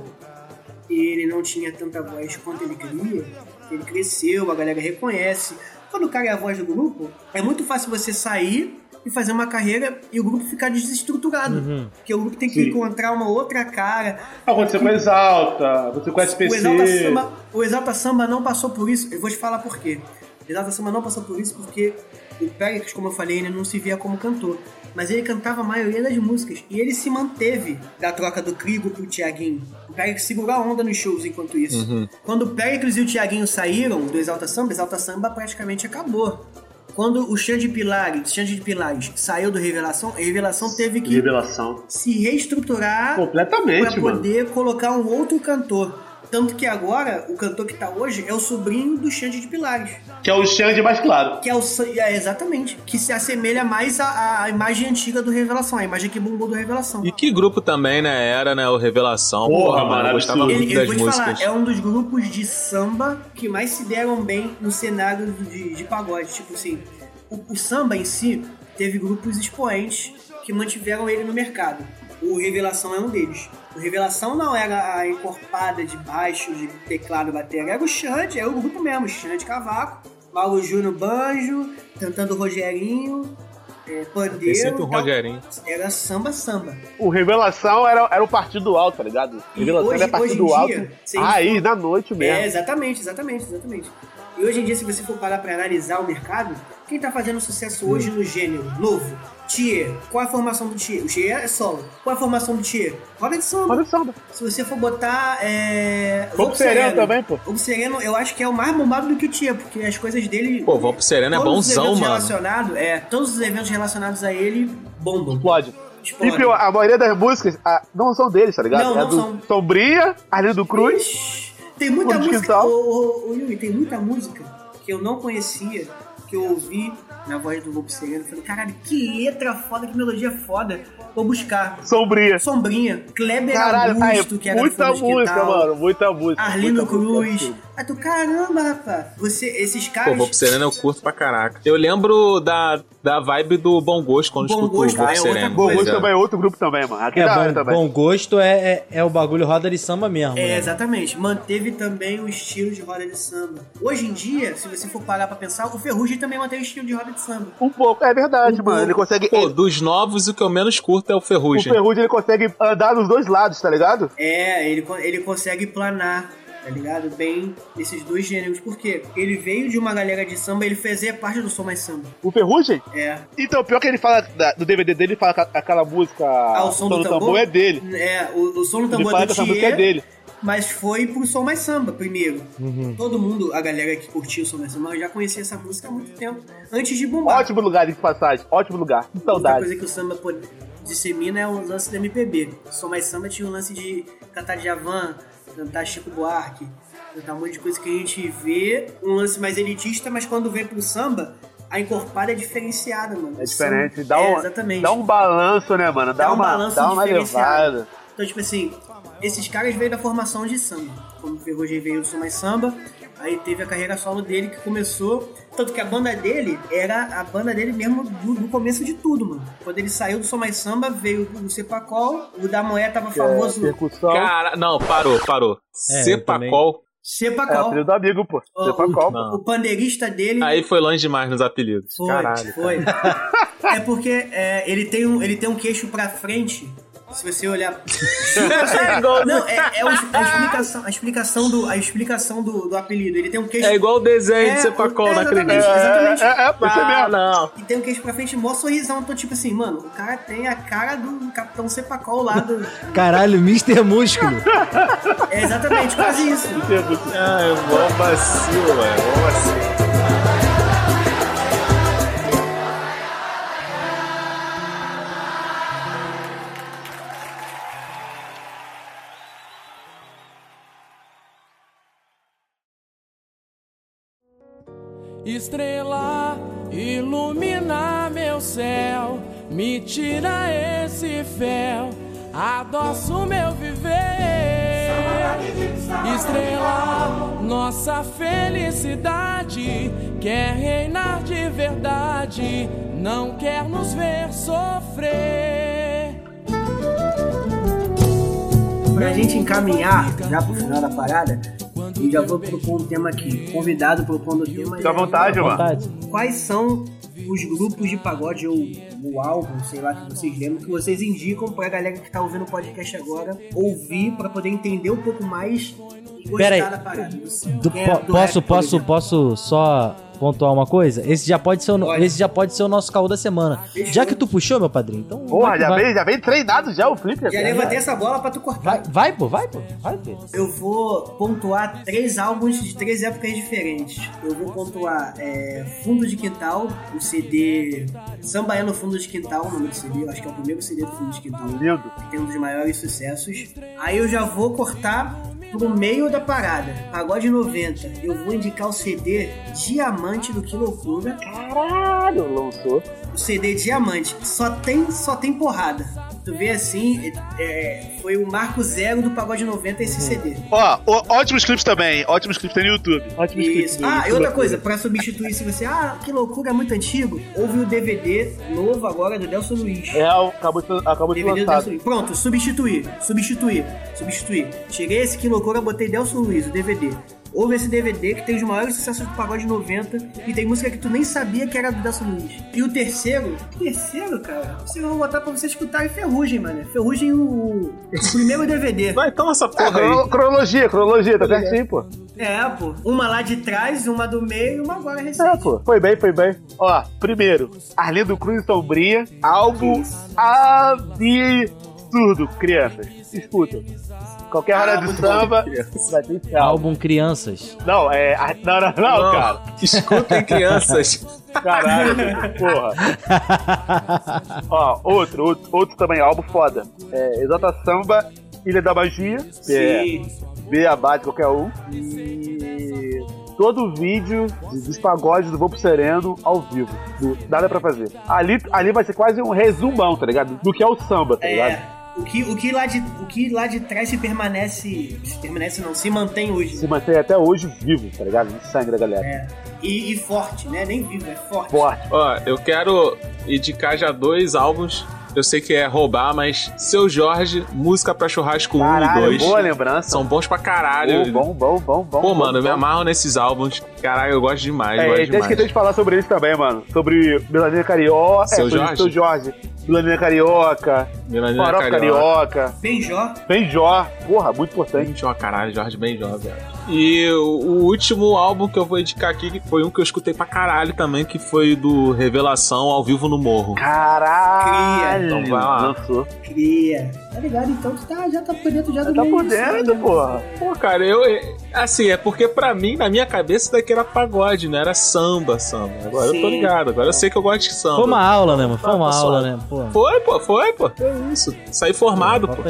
S8: e ele não tinha tanta voz quanto ele queria, ele cresceu, a galera reconhece. Quando o cara é a voz do grupo, é muito fácil você sair e fazer uma carreira e o grupo ficar desestruturado.
S6: Uhum.
S8: Porque o grupo tem que
S6: Sim.
S8: encontrar uma outra cara.
S6: Ah, quando você
S8: Que-
S6: com Exalta, você com
S8: o
S6: SPC.
S8: Exalta, Samba, o Exalta Samba não passou por isso. Eu vou te falar por quê. O Exalta Samba não passou por isso porque o Péricles, como eu falei, ele não se via como cantor. Mas ele cantava a maioria das músicas. E ele se manteve da troca do Crigo pro Tiaguinho. O Péricles segurou a onda nos shows enquanto isso.
S15: Uhum.
S8: Quando o Péricles e o Tiaguinho saíram do Exalta Samba, o Exalta Samba praticamente acabou. Quando o Xande Pilares, Xande de Pilares saiu do Revelação, a Revelação teve que
S6: Revelação.
S8: se reestruturar
S6: Completamente,
S8: pra
S6: mano.
S8: poder colocar um outro cantor. Tanto que agora o cantor que tá hoje é o sobrinho do Xande de Pilares.
S6: Que é o Xande mais claro.
S8: Que é o sa- é, exatamente, que se assemelha mais à, à imagem antiga do Revelação, a imagem que bombou do Revelação.
S15: E que grupo também, né? Era, né? O Revelação.
S6: Porra, mano,
S15: eu gostava
S6: absurdo.
S15: muito
S8: Ele, eu
S15: das
S8: vou te
S15: músicas.
S8: falar, é um dos grupos de samba que mais se deram bem no cenário de, de pagode. Tipo assim, o, o samba em si teve grupos expoentes que mantiveram ele no mercado. O Revelação é um deles. O Revelação não era a encorpada de baixo, de teclado, bateria. Era o Xande, era o grupo mesmo. Xande Cavaco, Mauro Júnior Banjo, Cantando Rogerinho, é, Pandeiro.
S15: Tem sempre o
S8: tal.
S15: Rogerinho.
S8: Era samba-samba.
S6: O Revelação era, era o partido alto, tá ligado?
S8: E
S6: Revelação
S8: hoje-
S6: era partido
S8: hoje em
S6: alto.
S8: dia, se a gente
S6: aí,
S8: for-
S6: na noite mesmo.
S8: É, exatamente, exatamente, exatamente. E hoje em dia, se você for parar pra analisar o mercado, quem tá fazendo sucesso hoje
S6: Hum.
S8: no gênero novo? Thier. Qual é a formação do Thier? O Thier é solo. Qual é a formação do Thier? Roda de samba.
S6: Roda de samba.
S8: Se você for botar. É...
S6: Vamos pro Sereno também, pô.
S8: O Sereno, eu acho que é o mais bombado do que o Thier, porque as coisas dele.
S15: Pô, Vampo Sereno é
S8: todos os
S15: bonzão,
S8: eventos
S15: mano.
S8: relacionados- É, todos os eventos relacionados a ele bombam. Tipo,
S6: Explode.
S8: Explode.
S6: E pior, a maioria das músicas ah, não são deles, tá ligado?
S8: Não,
S6: é
S8: não
S6: do
S8: são.
S6: Sombria, Arlindo do
S8: Cruz. Tem muita
S6: Fundo de
S8: música.
S6: Quintal.
S8: Ô, ô, ô, Yuri, tem muita música que eu não conhecia, que eu ouvi na voz do Lobo Sereno. Falei, caralho, que letra foda, que melodia foda. Vou buscar.
S6: Sombria.
S8: Sombrinha. Kleber
S6: Caralho, tá
S8: Augusto,
S6: aí,
S8: um que era
S6: muita
S8: do Fundo de
S6: música,
S8: Quintal.
S6: mano. Muita música.
S8: Arlindo
S6: muita música.
S8: Cruz. Aí tu, caramba, rapaz. Você, esses
S15: Pô,
S8: caras.
S15: Vampo Sereno eu curto pra caraca. Eu lembro da, da vibe do Bom Gosto quando
S8: Bom
S15: escutou
S8: Gosto,
S15: o Vampo
S8: é outra
S15: Sereno.
S6: Bom
S15: tá
S6: Gosto
S15: ligado?
S6: também é outro grupo também, mano. Aqui
S7: É,
S6: da hora
S7: bom,
S6: também.
S7: bom gosto é, é, é o bagulho roda de samba mesmo.
S8: É,
S7: né?
S8: exatamente. Manteve também o estilo de roda de samba. Hoje em dia, se você for parar pra pensar, o Ferrugem também manteve o estilo de roda de samba.
S6: Um pouco, é verdade,
S8: Um
S6: mano. Ele
S8: pouco.
S6: consegue.
S15: Pô, dos novos, o que eu menos curto é o
S6: O
S15: Ferrugem.
S6: Ferrugem ele consegue andar nos dois lados, tá ligado?
S8: É, ele, co- ele consegue planar, tá ligado? Bem esses dois gêneros. Por quê? Ele veio de uma galera de samba, ele fazia parte do som mais samba.
S6: O Ferrugem?
S8: É.
S6: Então, pior que ele fala da- do DVD dele, ele fala ca- aquela música.
S8: Ah, o som do tambor?
S6: é dele.
S8: É, o, o som do tambor
S6: Ele fala
S8: é do
S6: que essa música
S8: Thier,
S6: é dele. Uhum.
S8: Mas foi pro som mais samba primeiro. Todo mundo, a galera que curtiu o som mais samba, já conhecia essa música há muito tempo. Antes de bombar.
S6: Ótimo lugar de passagem, ótimo lugar. Que
S8: Outra
S6: saudade.
S8: coisa que o samba pô, dissemina é o lance do MPB. Só mais samba tinha o lance de cantar Djavan, cantar Chico Buarque, cantar um monte de coisa que a gente vê. Um lance mais elitista, mas quando vem pro samba, a encorpada é diferenciada, mano.
S6: É diferente,
S8: Samba-
S6: dá
S8: é,
S6: um,
S8: exatamente.
S6: dá um balanço, né, mano? Dá,
S8: Dá um
S6: uma,
S8: balanço
S6: dá uma
S8: diferenciado.
S6: levada.
S8: Então, tipo assim, esses caras veio da formação de samba. Como o Ferrugem veio do Som Mais Samba, aí teve a carreira solo dele que começou. Tanto que a banda dele era a banda dele mesmo do, do começo de tudo, mano. Quando ele saiu do Som Mais Samba, veio o Cepacol, o da Moé tava
S15: é
S6: É,
S8: famoso.
S15: Cara, não, parou, parou.
S8: É, eu
S15: Cepacol.
S8: Cepacol.
S6: é
S15: É,
S6: do amigo, pô.
S8: O- O, o pandeirista dele.
S15: Aí foi longe demais nos apelidos. (laughs)
S8: Foi,
S15: Caralho.
S8: foi. é porque é, ele, tem um, ele tem um queixo pra frente, Se você olhar. não, é, é o- a explicação, a explicação, do, a explicação do, do apelido. Ele tem um queixo.
S15: É igual o desenho de Sepacol, não
S8: é, exatamente,
S15: acredito.
S8: Exatamente.
S15: É, é, é, você Ah, mesmo. não.
S8: E tem um queixo pra frente, mó sorrisão. Então, tipo assim, mano, o cara tem a cara do Capitão Sepacol lá do.
S7: Caralho, Mr.
S6: (laughs)
S7: Músculo.
S8: É exatamente, quase isso.
S15: Ah, é mó vacilo, é mó vacilo.
S11: Estrela, ilumina meu céu, me tira esse fel, adoço meu viver. Estrela, nossa felicidade quer reinar de verdade, não quer nos ver sofrer.
S8: Pra gente encaminhar já pro final da parada, eu já vou propor um tema aqui. Convidado propondo o tema.
S6: Fica à vontade, Omar.
S8: Quais são os grupos de pagode ou o álbum, sei lá, que vocês lembram, que vocês indicam pra galera que tá ouvindo o podcast agora ouvir pra poder entender um pouco mais e gostar
S7: Pera aí.
S8: da parada?
S7: Do-
S8: Quem é
S7: po-
S8: do
S7: posso,
S8: rap, por
S7: posso,
S8: exemplo?
S7: posso só pontuar uma coisa? Esse já pode ser o, no- esse já pode ser o nosso caô da semana. Já que tu puxou, meu padrinho, então.
S6: Porra,
S7: vai-
S6: já
S7: vai-
S6: vem, já vem treinado já o Flip.
S8: Já levantei essa bola pra tu cortar.
S7: Vai, vai, pô, vai, pô. Vai, pô.
S8: Eu vou pontuar três álbuns de três épocas diferentes. Eu vou pontuar é, Fundo de Quintal, o CD Sambaé no Fundo de Quintal, o nome do CD, eu acho que é o primeiro CD do Fundo de Quintal.
S6: Lindo.
S8: Que tem um dos maiores sucessos. Aí eu já vou cortar pro meio da parada, Pagode 90. Eu vou indicar o CD Diamante do Que Loucura. Caralho, lançou. O CD Diamante. Só tem, só tem porrada. Tu vê assim, é- é, foi o marco zero do Pagode 90 esse CD.
S6: Hum.
S16: Ó, ó, ótimos clipes também. Ótimos clipes tem no YouTube. Ótimos
S8: Isso. Ah, e outra coisa, pra substituir, se você, ah, que loucura, é muito antigo, houve o DVD novo agora do Delson Luiz.
S6: É, acabou de, acabou de
S8: DVD do
S6: lançar.
S8: Delson Luiz. Pronto, substituir, substituir, substituir. Tirei esse que loucura, botei Delson Luiz, o DVD. Houve esse DVD que tem os maiores sucessos do pagode 90 e tem música que tu nem sabia que era do Delson Luiz. E o terceiro, o terceiro, cara, vocês vão botar pra você escutar em Ferrugem, mano. Ferrugem, o, o primeiro DVD.
S15: Vai, então essa
S6: É, crono- cronologia, cronologia, tá certinho, pô.
S8: É, pô. Uma lá de trás, uma do meio e uma agora recente.
S6: É, pô. Foi bem, foi bem. Ó, primeiro, Arlindo Cruz e Sombria, álbum absurdo, crianças. Escutem. Qualquer hora de samba, vai ter esse álbum. (laughs)
S7: Álbum Crianças.
S6: Não, é. ah, Não, não, não,
S7: Não,
S6: cara.
S7: escutem, crianças.
S6: Caralho, porra. Ó, outro, outro, outro também, álbum foda. É, Exalta Samba, Ilha da Magia. que é
S8: Sim.
S6: Beabá de qualquer um. E. Todo o vídeo de- dos pagodes do Vou pro Sereno ao vivo. Do Nada pra fazer. Ali, ali vai ser quase um resumão, tá ligado? Do que é o samba, tá ligado?
S8: O que, o, que lá de, o que lá de trás se permanece. Se permanece não, se mantém hoje. né?
S6: Se mantém até hoje vivo, tá ligado? No sangue da galera.
S8: É. E, e forte, né? Nem vivo, é forte.
S15: Ó, eu quero indicar já dois álbuns. Eu sei que é roubar, mas Seu Jorge, Música pra Churrasco 1 e
S6: Caralho,
S15: 2.
S6: boa lembrança.
S15: Um, São bons pra caralho.
S6: Bom, bom, bom, bom.
S15: Pô,
S6: bom,
S15: mano, eu me
S6: bom.
S15: amarro nesses álbuns. Caralho, eu gosto demais,
S6: É,
S15: gosto
S6: até
S15: demais.
S6: esqueci de falar sobre isso também, mano. Sobre Melanina Carioca.
S15: Seu
S6: é, sobre
S15: Jorge?
S6: Seu Jorge. Melanina Carioca.
S15: Melanina
S6: Farofa
S15: Carioca.
S6: Carioca.
S8: Benjó.
S6: Benjó. Porra, muito importante.
S15: Benjó, caralho, Jorge Benjó, velho. E o, o último álbum que eu vou indicar aqui que foi um que eu escutei pra caralho também, que foi do Revelação ao vivo no Morro.
S6: Caralho.
S15: Então vai lá.
S6: Lançou.
S8: Cria. Tá ligado? Então tu tá, já tá por dentro já do
S6: Tá
S8: meio,
S6: por dentro,
S8: sabe?
S6: porra.
S15: Pô, cara, eu. Assim, é porque pra mim, na minha cabeça, isso daqui era pagode, né? Era samba, samba. Agora eu tô
S7: Sim.
S15: ligado, agora eu sei que eu gosto de samba.
S7: Foi uma aula, né, mano? Foi uma
S15: Tá
S7: aula,
S15: suave.
S7: né? Pô. é
S15: Foi, pô, foi, pô. Que isso. Saí formado, pô.
S6: Pô,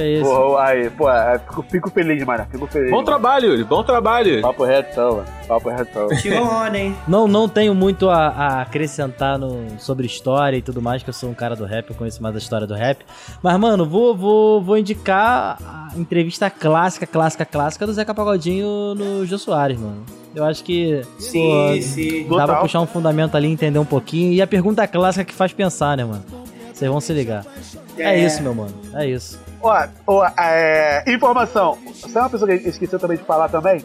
S6: aí, pô, é, fico, fico feliz, mano. Fico feliz.
S15: Bom trabalho, Yuri. Bom trabalho.
S6: Papo retão, mano. Papo retão.
S8: onda, hein?
S7: Não, não tenho muito a, a acrescentar no- sobre história e tudo mais, que eu sou um cara do rap, eu conheço mais a história do rap. Mas, mano, vou, vou, vou indicar a entrevista clássica, clássica, clássica do Zeca Pagodinho no Jô Soares, mano. Eu acho que
S8: Sim, sim.
S7: dá pra
S8: Total.
S7: puxar um fundamento ali, entender um pouquinho. E a pergunta clássica que faz pensar, né, mano? Vocês vão se ligar. É,
S6: É.
S7: isso, meu mano. É isso.
S6: é Ó, ó, é, informação. Sabe uma pessoa que esqueceu também de falar também?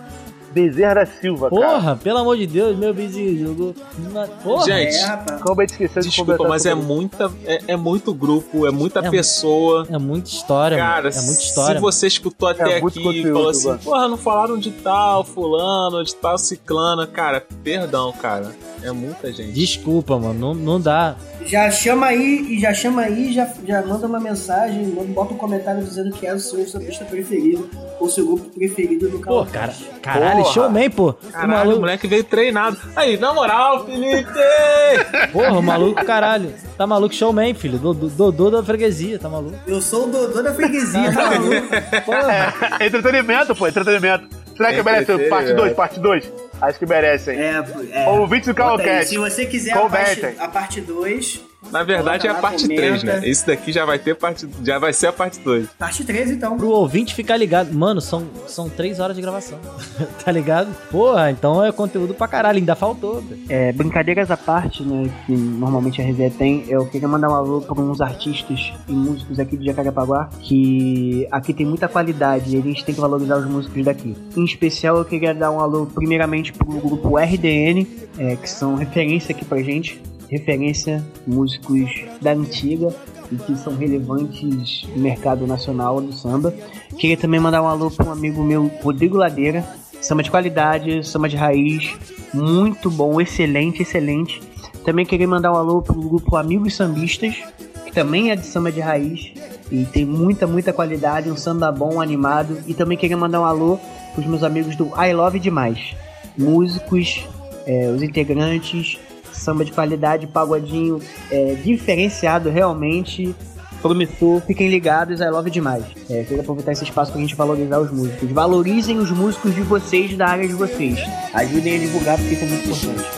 S6: Bezerra da Silva,
S7: Porra,
S6: cara.
S7: pelo amor de Deus, meu vizinho jogou. na- Porra.
S17: É,
S5: Gente,
S6: como eu te esqueci de
S5: Desculpa,
S6: completar
S5: mas é
S6: sobre isso.
S5: muita, é, é muito grupo, é muita
S7: É-
S5: pessoa.
S7: É muita história,
S5: cara.
S7: mano. É muita história,
S5: Se
S7: mano.
S5: você escutou até
S7: É muito
S5: aqui e
S7: conteúdo,
S5: falou assim,
S7: mano.
S5: porra, não falaram de tal fulano, de tal ciclana, cara, perdão, cara. É muita gente.
S7: Desculpa, mano. Não, não dá.
S17: Já chama aí, e já chama aí, já, já manda uma mensagem, manda- bota um comentário dizendo que é o seu estadista preferido, ou seu grupo preferido do canal. Pô,
S7: cara, Caralho, showman, pô. Tá
S5: Caralho, o moleque veio treinado. Aí, na moral, Felipe!
S7: Porra, o maluco, caralho. Tá maluco, showman, filho. Dodô Dodô da freguesia, tá maluco?
S17: Eu sou o Dodô da freguesia, tá maluco?
S6: (laughs) É entretenimento, pô, entretenimento. Será que merece
S17: Entretenimento.
S6: parte 2, parte 2? Acho que merecem.
S17: É, é.
S6: Ouvinte do
S17: Bota aí,
S6: Calcast.
S17: Se você quiser a parte-
S6: Comentem.
S17: a parte 2,
S5: Na verdade é a
S17: Bota lá,
S5: parte 3,
S17: comenta.
S5: né? Esse daqui já vai ter parte. Já vai ser a parte 2.
S17: parte 3 então.
S7: Pro ouvinte ficar ligado. Mano, são, são três horas de gravação. (laughs) tá ligado? Porra, então é conteúdo pra caralho. Ainda faltou, velho.
S8: É, brincadeiras à parte, né, que normalmente a resenha tem, eu queria mandar um alô para uns artistas e músicos aqui de Jacarepaguá, que aqui tem muita qualidade e a gente tem que valorizar os músicos daqui. Em especial, eu queria dar um alô primeiramente pro grupo RDN, é, que são referência aqui pra gente, referência, músicos da antiga e que são relevantes no mercado nacional do samba. Queria também mandar um alô para um amigo meu, Rodrigo Ladeira, samba de qualidade, samba de raiz, muito bom, excelente, excelente. Também queria mandar um alô pro grupo Amigos Sambistas, que também é de samba de raiz e tem muita, muita qualidade, um samba bom, animado. E também queria mandar um alô pros meus amigos do I Love Demais, músicos, é, os integrantes, samba de qualidade, pagodinho, é, diferenciado realmente, promissor. Fiquem ligados, I Love Demais. É, queria aproveitar esse espaço pra gente valorizar os músicos. Valorizem os músicos de vocês, da área de vocês. Ajudem a divulgar, porque isso é muito importante.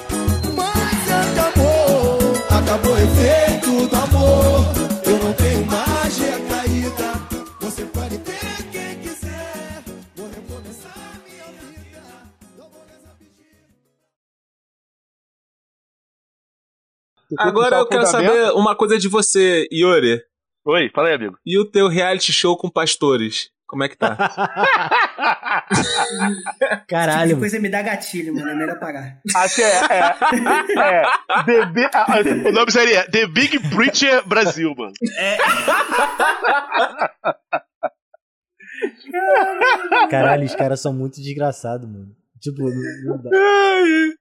S18: Acabou, acabou o efeito do amor. Eu não tenho mais recaída. Você pode ter quem quiser. Vou recomeçar minha vida.
S5: Agora eu quero saber uma coisa de você, Yuri.
S6: Oi, fala aí, amigo.
S5: E o teu reality show com pastores? Como é que tá?
S17: Esse tipo
S7: Caralho.
S17: de coisa me dá gatilho, mano. É melhor parar.
S6: Acho que é. é, é The Bi- ah, ah,
S19: O nome seria The Big Preacher Brasil, mano.
S7: Caralho, os caras são muito desgraçados, mano. Tipo, não, não dá.